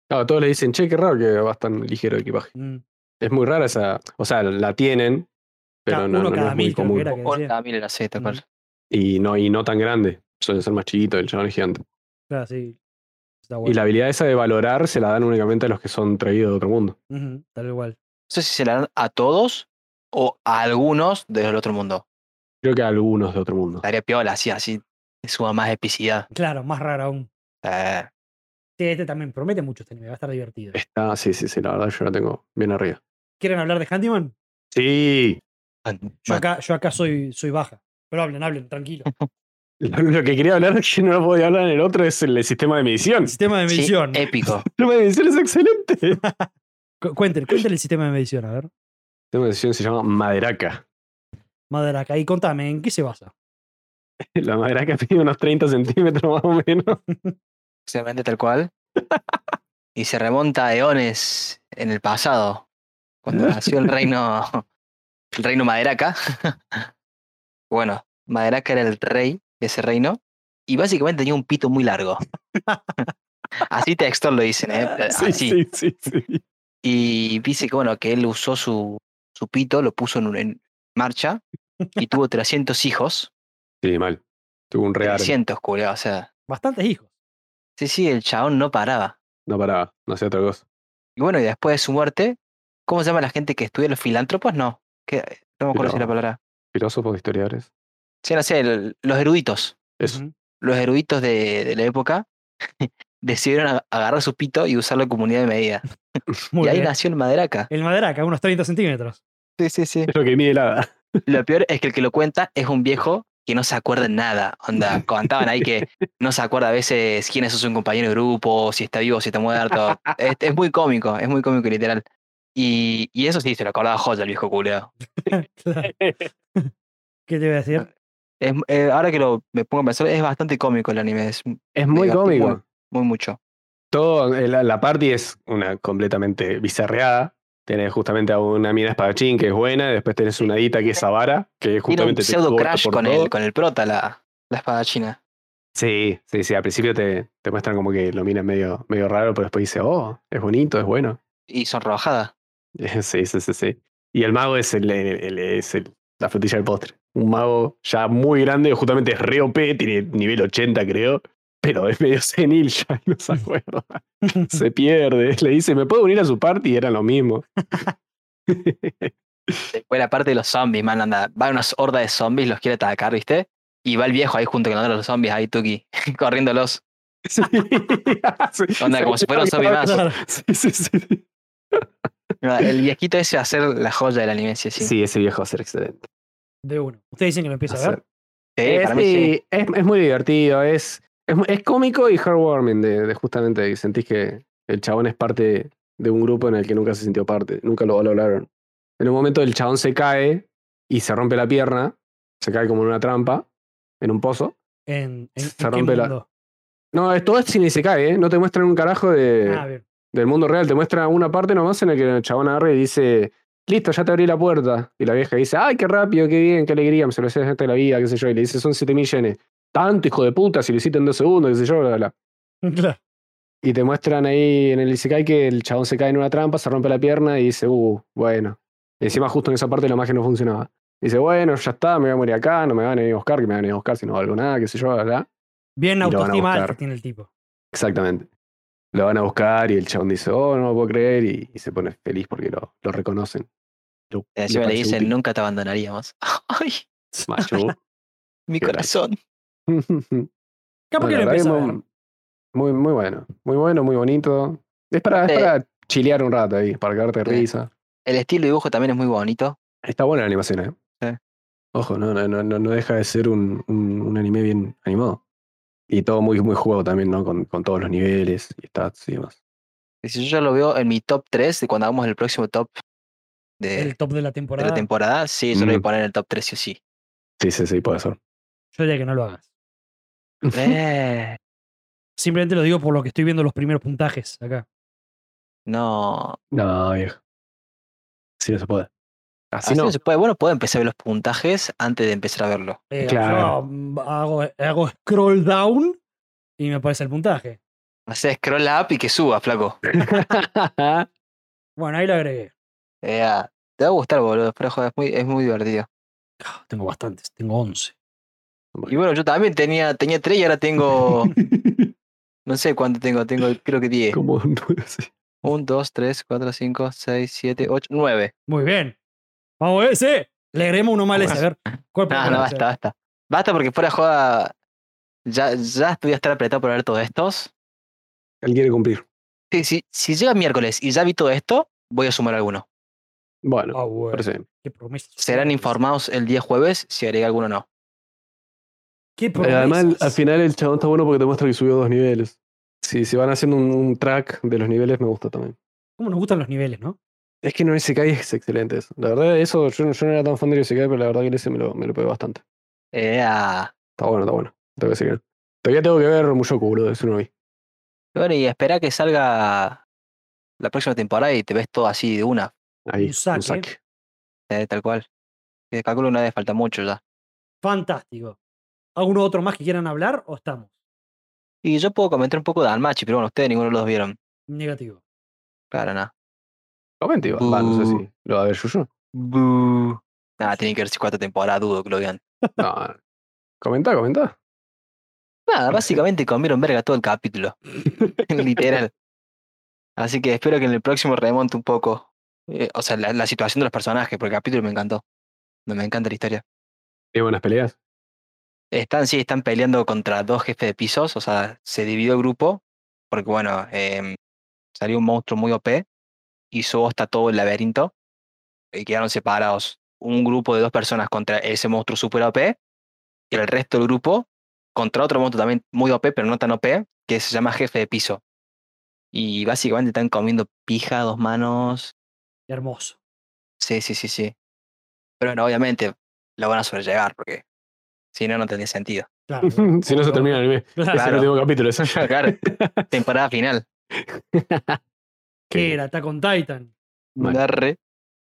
[SPEAKER 2] Claro, todos le dicen, che, qué raro que vas tan ligero de equipaje.
[SPEAKER 1] Mm.
[SPEAKER 2] Es muy rara esa. O sea, la tienen, pero
[SPEAKER 1] Ca-
[SPEAKER 2] no,
[SPEAKER 1] uno
[SPEAKER 2] no- no
[SPEAKER 1] cada
[SPEAKER 2] es
[SPEAKER 1] mil
[SPEAKER 2] muy
[SPEAKER 1] creo que
[SPEAKER 2] común.
[SPEAKER 1] era que
[SPEAKER 3] O
[SPEAKER 1] decía.
[SPEAKER 3] la mil era así, tal cual.
[SPEAKER 2] Y no, y no tan grande. Suelen ser más chiquitos, el chabón es gigante.
[SPEAKER 1] Claro, sí. Está
[SPEAKER 2] Y
[SPEAKER 1] bueno.
[SPEAKER 2] la habilidad esa de valorar se la dan únicamente a los que son traídos de otro mundo.
[SPEAKER 1] Ujú, tal igual.
[SPEAKER 3] No sé si se la dan a todos o a algunos desde el otro mundo.
[SPEAKER 2] Creo que a algunos de otro mundo.
[SPEAKER 3] Estaría piola, así, así. le Suma más epicidad.
[SPEAKER 1] Claro, más raro aún.
[SPEAKER 3] Eh,
[SPEAKER 1] Sí, este también promete mucho este anime, va a estar divertido.
[SPEAKER 2] Está, sí, sí, sí, la verdad yo la tengo bien arriba.
[SPEAKER 1] ¿Quieren hablar de Handyman?
[SPEAKER 2] Sí,
[SPEAKER 1] Yo acá, yo acá soy, soy baja. Pero hablen, hablen, tranquilo.
[SPEAKER 2] lo, lo que quería hablar, que no lo podía hablar en el otro, es el, sistema de medición.
[SPEAKER 1] El
[SPEAKER 2] El
[SPEAKER 1] sistema de
[SPEAKER 3] sí, eh
[SPEAKER 1] medición.
[SPEAKER 3] épico.
[SPEAKER 2] sistema de medición es excelente. El sistema
[SPEAKER 1] Cu- Cuenten, cuenten el sistema de medición, a ver.
[SPEAKER 2] de medición se llama Maderaca.
[SPEAKER 1] Madaraca, y contame, ¿en qué se basa?
[SPEAKER 2] La Maderaca tiene unos 30 centímetros más o menos.
[SPEAKER 3] Se vende tal cual. Y se remonta a eones en el pasado. Cuando nació el reino. El reino Maderaca. Bueno, Maderaca era el rey de ese reino. Y básicamente tenía un pito muy largo. Así textual lo dicen, ¿eh?
[SPEAKER 2] Ah, Sí,
[SPEAKER 3] Así.
[SPEAKER 2] sí, sí, sí.
[SPEAKER 3] Y dice que bueno, que él usó su, su pito, lo puso en, un- en marcha. Y tuvo 300 hijos.
[SPEAKER 2] Sí, mal. Tuvo un real.
[SPEAKER 3] 300, culiao, O sea,
[SPEAKER 1] Bastantes hijos.
[SPEAKER 3] sí, sí, el chabón no paraba.
[SPEAKER 2] No paraba, no hacía otra cosa.
[SPEAKER 3] Y bueno, y después de su muerte, ¿cómo se llama la gente que estudia los filántropos? No, que, eh, no me acuerdo si la
[SPEAKER 2] Filósofos.
[SPEAKER 3] palabra.
[SPEAKER 2] Filósofos, historiadores.
[SPEAKER 3] Sí, no sé, el- los eruditos.
[SPEAKER 2] Eso.
[SPEAKER 1] Ujú.
[SPEAKER 3] Los eruditos de, de la época decidieron a- agarrar su pito y usarlo como unidad de medida.
[SPEAKER 1] Muy
[SPEAKER 3] y ahí
[SPEAKER 1] bien.
[SPEAKER 3] nació el maderaca.
[SPEAKER 1] El Madaraca, unos 30 centímetros.
[SPEAKER 3] Sí, sí, sí.
[SPEAKER 2] Es lo que mide la hada.
[SPEAKER 3] Lo peor es que el que lo cuenta es un viejo que no se acuerda en nada. Onda, contaban ahí que no se acuerda a veces quién es su compañero de grupo, si está vivo, si está muerto. Es, es muy cómico, es muy cómico, literal. Y, y eso sí, se lo acordaba joya el viejo culeo.
[SPEAKER 1] Claro. ¿Qué te voy a decir?
[SPEAKER 3] Es, eh, ahora que lo me pongo a pensar, es bastante cómico el anime, es m-
[SPEAKER 2] Es muy
[SPEAKER 3] Diga,
[SPEAKER 2] cómico.
[SPEAKER 3] muy mucho.
[SPEAKER 2] Todo, eh, la, la party es una completamente bizarreada. Tenés justamente a una mina espadachín que es buena, y después tenés una dita que es avara, que
[SPEAKER 3] Tiene un
[SPEAKER 2] justamente te
[SPEAKER 3] pseudo
[SPEAKER 2] corta
[SPEAKER 3] crash
[SPEAKER 2] por
[SPEAKER 3] con
[SPEAKER 2] todo.
[SPEAKER 3] el, con el prota, la, la espadachina.
[SPEAKER 2] Sí, sí, sí. Al principio te, te muestran como que lo miran medio, medio raro, pero después dice, oh, es bonito, es bueno.
[SPEAKER 3] Y sonrojada.
[SPEAKER 2] Sí, sí, sí, sí. Y el mago es, el, el- el- es el- la frutilla del postre. Un mago ya muy grande, justamente es re OP, tiene nivel 80 creo, pero es medio senil ya, y no se acuerda.
[SPEAKER 3] Ah,
[SPEAKER 2] Se pierde. Le dice, ¿me puedo unir a su party? Y era lo mismo.
[SPEAKER 3] Después la parte de los zombies, man, anda. Va una horda de zombies, los quiere atacar, ¿viste? Y va el viejo ahí junto con otros los zombies, ahí Tuki, corriéndolos.
[SPEAKER 2] Sí.
[SPEAKER 3] Onda, como si fuera un zombie más.
[SPEAKER 1] Claro.
[SPEAKER 2] Sí, sí, sí.
[SPEAKER 3] No, El viejito ese va a ser la joya del anime, sí, sí.
[SPEAKER 2] Sí, ese viejo va a ser excelente.
[SPEAKER 1] De uno. Ustedes dicen que lo empieza a ver.
[SPEAKER 3] Sí,
[SPEAKER 2] Eh,
[SPEAKER 3] para mí
[SPEAKER 2] sí,
[SPEAKER 3] sí.
[SPEAKER 2] Es, es muy divertido, es, es, mu- es cómico y heartwarming de, de justamente que sentís que el chabón es parte de un grupo en el que nunca se sintió parte, nunca lo valoraron. En un momento el chabón se cae y se rompe la pierna, se cae como en una trampa, en un pozo.
[SPEAKER 1] En, en,
[SPEAKER 2] Se
[SPEAKER 1] en qué
[SPEAKER 2] rompe la-
[SPEAKER 1] mundo?
[SPEAKER 2] No, es todo es cine se cae, ¿eh? no te muestran un carajo de,
[SPEAKER 1] Ah, bien.
[SPEAKER 2] del mundo real, te muestra una parte nomás en la que el chabón agarra y dice, listo, ya te abrí la puerta. Y la vieja dice, ay, qué rápido, qué bien, qué alegría, me se lo haces de la vida, qué sé yo. Y le dice, son 7 mil yenes. Tanto, hijo de puta, si lo hiciste en dos segundos, qué sé yo, bla, bla, bla.
[SPEAKER 1] Claro.
[SPEAKER 2] Y te muestran ahí en el Isekai que el chabón se cae en una trampa, se rompe la pierna y dice, uh, bueno. Y encima justo en esa parte la magia no funcionaba. Dice, bueno, ya está, me voy a morir acá, no me van a venir a buscar, que me van a venir a buscar si no valgo nada, qué sé yo, bla, bla.
[SPEAKER 1] Bien
[SPEAKER 2] Y lo van a
[SPEAKER 1] autoestima
[SPEAKER 2] buscar.
[SPEAKER 1] alta tiene el tipo.
[SPEAKER 2] Exactamente. Lo van a buscar y el chabón dice, oh, no lo puedo creer, y, y se pone feliz porque lo, lo reconocen. Lo-
[SPEAKER 3] Y Encima le
[SPEAKER 2] parece
[SPEAKER 3] dicen,
[SPEAKER 2] útil.
[SPEAKER 3] nunca te abandonaríamos. Ay,
[SPEAKER 2] Macho.
[SPEAKER 3] mi
[SPEAKER 2] Qué grande.
[SPEAKER 3] corazón.
[SPEAKER 2] No,
[SPEAKER 1] Capaz que lo
[SPEAKER 2] la verdad que
[SPEAKER 1] empieza a ver.
[SPEAKER 2] muy, muy, muy bueno. Muy bueno, muy bonito. Es para, es
[SPEAKER 3] Sí.
[SPEAKER 2] para chilear un rato ahí, para quedarte
[SPEAKER 3] Sí.
[SPEAKER 2] risa.
[SPEAKER 3] El estilo de dibujo también es muy bonito.
[SPEAKER 2] Está buena la animación, ¿eh?
[SPEAKER 3] Sí.
[SPEAKER 2] Ojo, no, no, no, no no deja de ser un, un, un anime bien animado. Y todo muy, muy jugado también, ¿no? Con, con todos los niveles y stats y demás.
[SPEAKER 3] Y si yo ya lo veo en mi top 3, de cuando hagamos el próximo top de,
[SPEAKER 1] El top Eh, de la
[SPEAKER 3] de
[SPEAKER 1] temporada.
[SPEAKER 3] la temporada, sí, yo lo voy a
[SPEAKER 2] Mm.
[SPEAKER 3] poner en el top 3 sí o sí.
[SPEAKER 2] Sí, sí, sí, puede ser.
[SPEAKER 1] Yo diría que no lo hagas.
[SPEAKER 3] Eh,
[SPEAKER 1] Simplemente lo digo por lo que estoy viendo los primeros puntajes acá.
[SPEAKER 3] no,
[SPEAKER 2] No, viejo. Así no se puede. Así,
[SPEAKER 3] así
[SPEAKER 2] no.
[SPEAKER 3] no se puede. Bueno, puedo empezar a ver los puntajes antes de empezar a verlo.
[SPEAKER 1] Eh,
[SPEAKER 2] Claro.
[SPEAKER 1] Yo mm, hago, hago scroll down y me aparece el puntaje.
[SPEAKER 3] Hacer scroll up y que suba, flaco.
[SPEAKER 1] Bueno, ahí lo agregué.
[SPEAKER 3] Eh, ah, te va a gustar, boludo. Pero joder, es muy, es muy divertido.
[SPEAKER 1] Ah, Tengo bastantes, tengo 11.
[SPEAKER 3] Y bueno, yo también tenía, tenía 3 y ahora tengo. no sé cuánto tengo, tengo creo que 10.
[SPEAKER 2] Como no sé.
[SPEAKER 3] 1, 2, 3, 4, 5, 6, 7, 8, 9.
[SPEAKER 1] Muy bien. Vamos, ese. Le agreguemos uno mal ese. A ver. ¿Cuál
[SPEAKER 3] Ah,
[SPEAKER 2] Ah,
[SPEAKER 1] podemos
[SPEAKER 3] No, no,
[SPEAKER 1] hacer?
[SPEAKER 3] basta, basta. Basta porque fuera de joda. Ya, ya estoy a estar apretado por ver todos estos.
[SPEAKER 2] Él quiere cumplir.
[SPEAKER 3] Sí, sí, si llega miércoles y ya vi todo esto, voy a sumar alguno.
[SPEAKER 2] Bueno,
[SPEAKER 1] Ah, bueno,
[SPEAKER 2] parece bien.
[SPEAKER 1] Qué promesas.
[SPEAKER 3] Serán informados el día jueves si agrega alguno o no.
[SPEAKER 1] Qué
[SPEAKER 2] Eh,
[SPEAKER 1] promesas.
[SPEAKER 2] Además, al- al final el chabón está bueno porque te muestra que subió dos niveles. Si, si van haciendo un, un track de los niveles, me gusta también.
[SPEAKER 1] ¿Cómo nos gustan los niveles, no?
[SPEAKER 2] Es que no Isekai es excelente eso. La verdad, eso yo, no- yo no era tan fan de Isekai, pero la verdad que en ese me lo, me lo pegué bastante.
[SPEAKER 3] Eh, ah,
[SPEAKER 2] Está bueno, está bueno. Tengo que decir que no. Todavía tengo que ver Mushoku, boludo, eso no lo vi.
[SPEAKER 3] Bueno, y espera que salga la próxima temporada y te ves todo así de una,
[SPEAKER 2] Ahí,
[SPEAKER 1] Un saque.
[SPEAKER 2] un saque.
[SPEAKER 3] eh, tal cual. Que calculo una vez falta mucho ya.
[SPEAKER 1] Fantástico. ¿Alguno otro más que quieran hablar o estamos?
[SPEAKER 3] Y yo puedo comentar un poco de Almachi, pero bueno, ustedes ninguno los vieron.
[SPEAKER 1] Negativo.
[SPEAKER 3] Claro, nada.
[SPEAKER 2] Comente, Iván. Va, no sé
[SPEAKER 3] Uh.
[SPEAKER 2] si lo va a ver Yuyo.
[SPEAKER 3] Nada, tiene que ver si cuatro temporadas, dudo que lo vean.
[SPEAKER 2] No, no. Comentá, comentá.
[SPEAKER 3] Nada, básicamente comieron verga todo el capítulo. Literal. Así que espero que en el próximo remonte un poco. eh, o sea, la, la situación de los personajes, porque el capítulo me encantó. Me me encanta la historia.
[SPEAKER 2] Tiene buenas peleas.
[SPEAKER 3] Están, sí, están peleando contra dos jefes de pisos, o sea, se dividió el grupo, porque bueno, em, salió un monstruo muy OP, hizo bosta todo el laberinto, y quedaron separados un grupo de dos personas contra ese monstruo super OP, y el resto del grupo contra otro monstruo también muy OP, pero no tan OP, que se llama jefe de piso. Y básicamente están comiendo pija, dos manos,
[SPEAKER 1] Hermoso.
[SPEAKER 3] Sí, sí, sí, sí. Pero bueno, obviamente lo van a sobrellevar porque si no, no tendría sentido.
[SPEAKER 1] Claro.
[SPEAKER 2] si no se termina el anime.
[SPEAKER 1] Claro.
[SPEAKER 2] Es el último capítulo, eso ya.
[SPEAKER 3] Claro, temporada final.
[SPEAKER 1] ¿Qué era? Attack on Titan.
[SPEAKER 2] Vale.
[SPEAKER 3] Darre.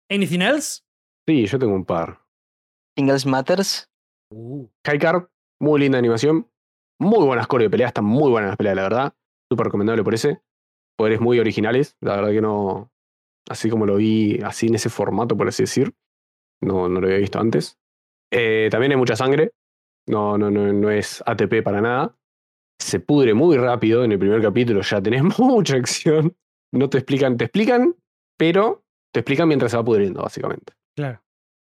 [SPEAKER 1] ¿Anything else?
[SPEAKER 2] Sí, yo tengo un par.
[SPEAKER 3] Singles Matters.
[SPEAKER 1] Uh,
[SPEAKER 2] Haikar, muy linda animación. Muy buenas coreo de peleas, están muy buenas las peleas, la verdad. Súper recomendable por ese. Poderes muy originales, la verdad que no. Así como lo vi, así en ese formato, por así decir. No, no lo había visto antes. Eh, también hay mucha sangre. No, no, no, no es ATP para nada. Se pudre muy rápido en el primer capítulo, ya tenés mucha acción. No te explican, te explican, pero te explican mientras se va pudriendo, básicamente.
[SPEAKER 1] claro.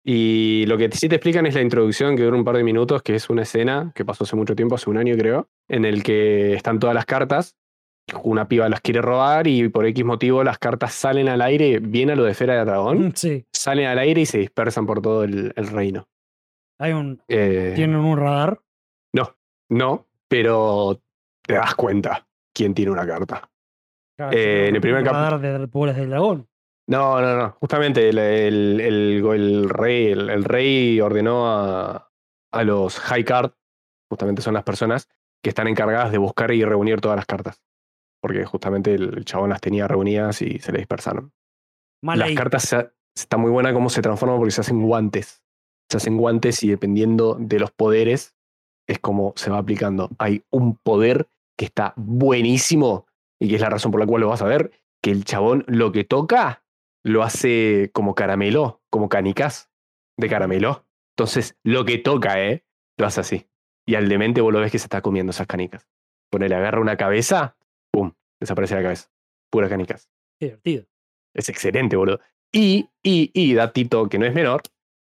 [SPEAKER 2] Y lo que sí te explican es la introducción que dura un par de minutos, que es una escena que pasó hace mucho tiempo, hace un año creo, en el que están todas las cartas, una piba las quiere robar y por X motivo las cartas salen al aire, bien a lo de Esfera de
[SPEAKER 1] Mm,
[SPEAKER 2] Dragón,
[SPEAKER 1] Sí,
[SPEAKER 2] salen al aire y se dispersan por todo el, el reino.
[SPEAKER 1] hay un.
[SPEAKER 2] Eh,
[SPEAKER 1] Tienen un radar.
[SPEAKER 2] no, pero te das cuenta quién tiene una carta.
[SPEAKER 1] Claro,
[SPEAKER 2] Eh,
[SPEAKER 1] tienen
[SPEAKER 2] en el primer
[SPEAKER 1] un
[SPEAKER 2] cap-
[SPEAKER 1] radar de bolas del dragón.
[SPEAKER 2] No, no, no. Justamente el, el- el- el rey, el, el rey ordenó a, a los High Card, justamente son las personas que están encargadas de buscar y reunir todas las cartas. Porque justamente el, el chabón las tenía reunidas y se le dispersaron.
[SPEAKER 1] Mal
[SPEAKER 2] las
[SPEAKER 1] ahí.
[SPEAKER 2] cartas se- está muy buena cómo se transforman porque se hacen guantes. Se hacen guantes y dependiendo de los poderes es como se va aplicando. Hay un poder que está buenísimo y que es la razón por la cual lo vas a ver, que el chabón lo que toca lo hace como caramelo, como canicas de caramelo. Entonces, lo que toca, ¿eh? Lo hace así. Y al demente vos lo ves que se está comiendo esas canicas. Ponele, agarra una cabeza, ¡pum! Desaparece la cabeza. Pura canicas.
[SPEAKER 1] Qué divertido.
[SPEAKER 2] Es excelente, boludo. Y, y, y, datito que no es menor,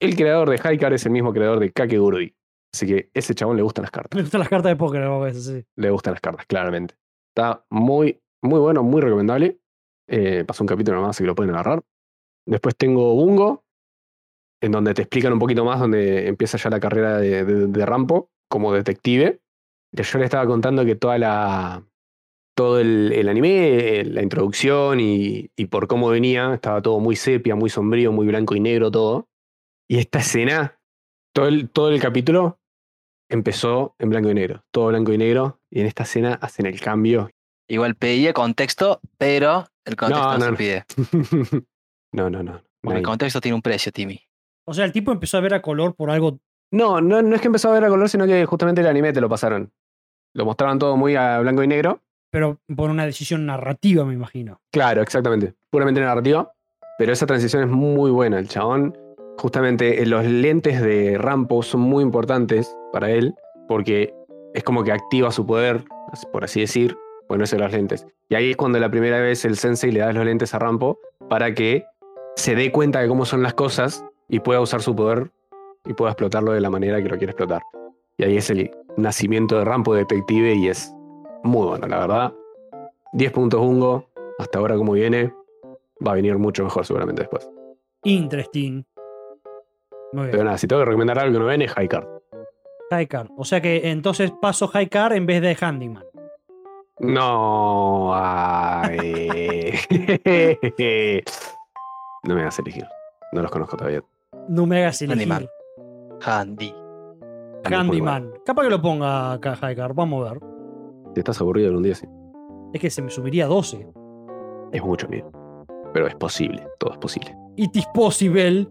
[SPEAKER 2] el creador de Haikar es el mismo creador de Kakegurui. Así que ese chabón le gustan las
[SPEAKER 1] Me
[SPEAKER 2] cartas.
[SPEAKER 1] gustan las cartas de póker a veces, sí.
[SPEAKER 2] Le gustan las cartas, claramente. Está muy, muy bueno, muy recomendable. Eh, pasó un capítulo nomás, así que lo pueden agarrar. Después tengo Bungo, en donde te explican un poquito más, donde empieza ya la carrera de, de- de Rampo como detective. Que yo le estaba contando que toda la. Todo el, el anime, eh, la introducción y, y por cómo venía, estaba todo muy sepia, muy sombrío, muy blanco y negro todo. Y esta escena, todo el, todo el capítulo empezó en blanco y negro, todo blanco y negro. Y en esta escena hacen el cambio
[SPEAKER 3] Igual pedía contexto, pero el contexto
[SPEAKER 2] No,
[SPEAKER 3] no,
[SPEAKER 2] no,
[SPEAKER 3] se
[SPEAKER 2] no.
[SPEAKER 3] pide.
[SPEAKER 2] no, no, no.
[SPEAKER 3] Porque
[SPEAKER 2] Nadie.
[SPEAKER 3] el contexto tiene un precio, Timmy.
[SPEAKER 1] O sea, el tipo empezó a ver a color por algo.
[SPEAKER 2] No, no, no es que empezó a ver a color, sino que justamente el anime te lo pasaron. Lo mostraban todo muy a blanco y negro.
[SPEAKER 1] Pero por una decisión narrativa, me imagino.
[SPEAKER 2] Claro, exactamente. Puramente narrativa. Pero esa transición es muy buena. El chabón, justamente eh, los lentes de Rampo son muy importantes para él, porque es como que activa su poder, as- por así decir, ponerse los lentes. Y ahí es cuando la primera vez el sensei le da los lentes a Rampo para que se dé cuenta de cómo son las cosas y pueda usar su poder y pueda explotarlo de la manera que lo quiere explotar. Y ahí es el nacimiento de Rampo Detective y es muy bueno, la verdad. 10 puntos Bungo, hasta ahora como viene, va a venir mucho mejor seguramente después.
[SPEAKER 1] Interesting. Muy bien.
[SPEAKER 2] Pero nada, si tengo que recomendar algo que no ven es High Card.
[SPEAKER 1] High card. O sea que entonces paso high card en vez de handyman.
[SPEAKER 2] No, ay. no me hagas elegir. No los conozco todavía.
[SPEAKER 1] No me hagas elegir
[SPEAKER 3] Handyman. Handy.
[SPEAKER 2] Están muy
[SPEAKER 1] handyman. Capaz que lo ponga acá high card. Vamos a ver.
[SPEAKER 2] buenos. Si estás aburrido en un día, sí.
[SPEAKER 1] Es que se me subiría a 12.
[SPEAKER 2] Es mucho miedo. Pero es posible, todo es posible.
[SPEAKER 1] It is possible.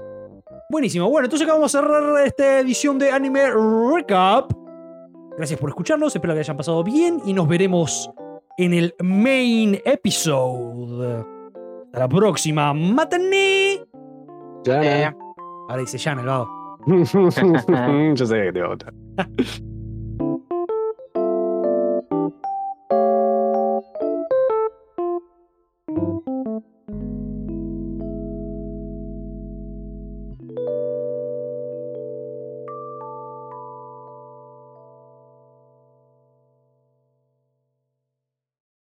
[SPEAKER 1] Buenísimo. Bueno, entonces acá vamos a cerrar esta edición de Anime Recap. Gracias por escucharnos. Espero que hayan pasado bien y nos veremos en el main episode. Hasta la próxima. Matane.
[SPEAKER 2] Ya.
[SPEAKER 1] Ahora dice Jan el vago.
[SPEAKER 2] Yo sabía que te iba a gustar.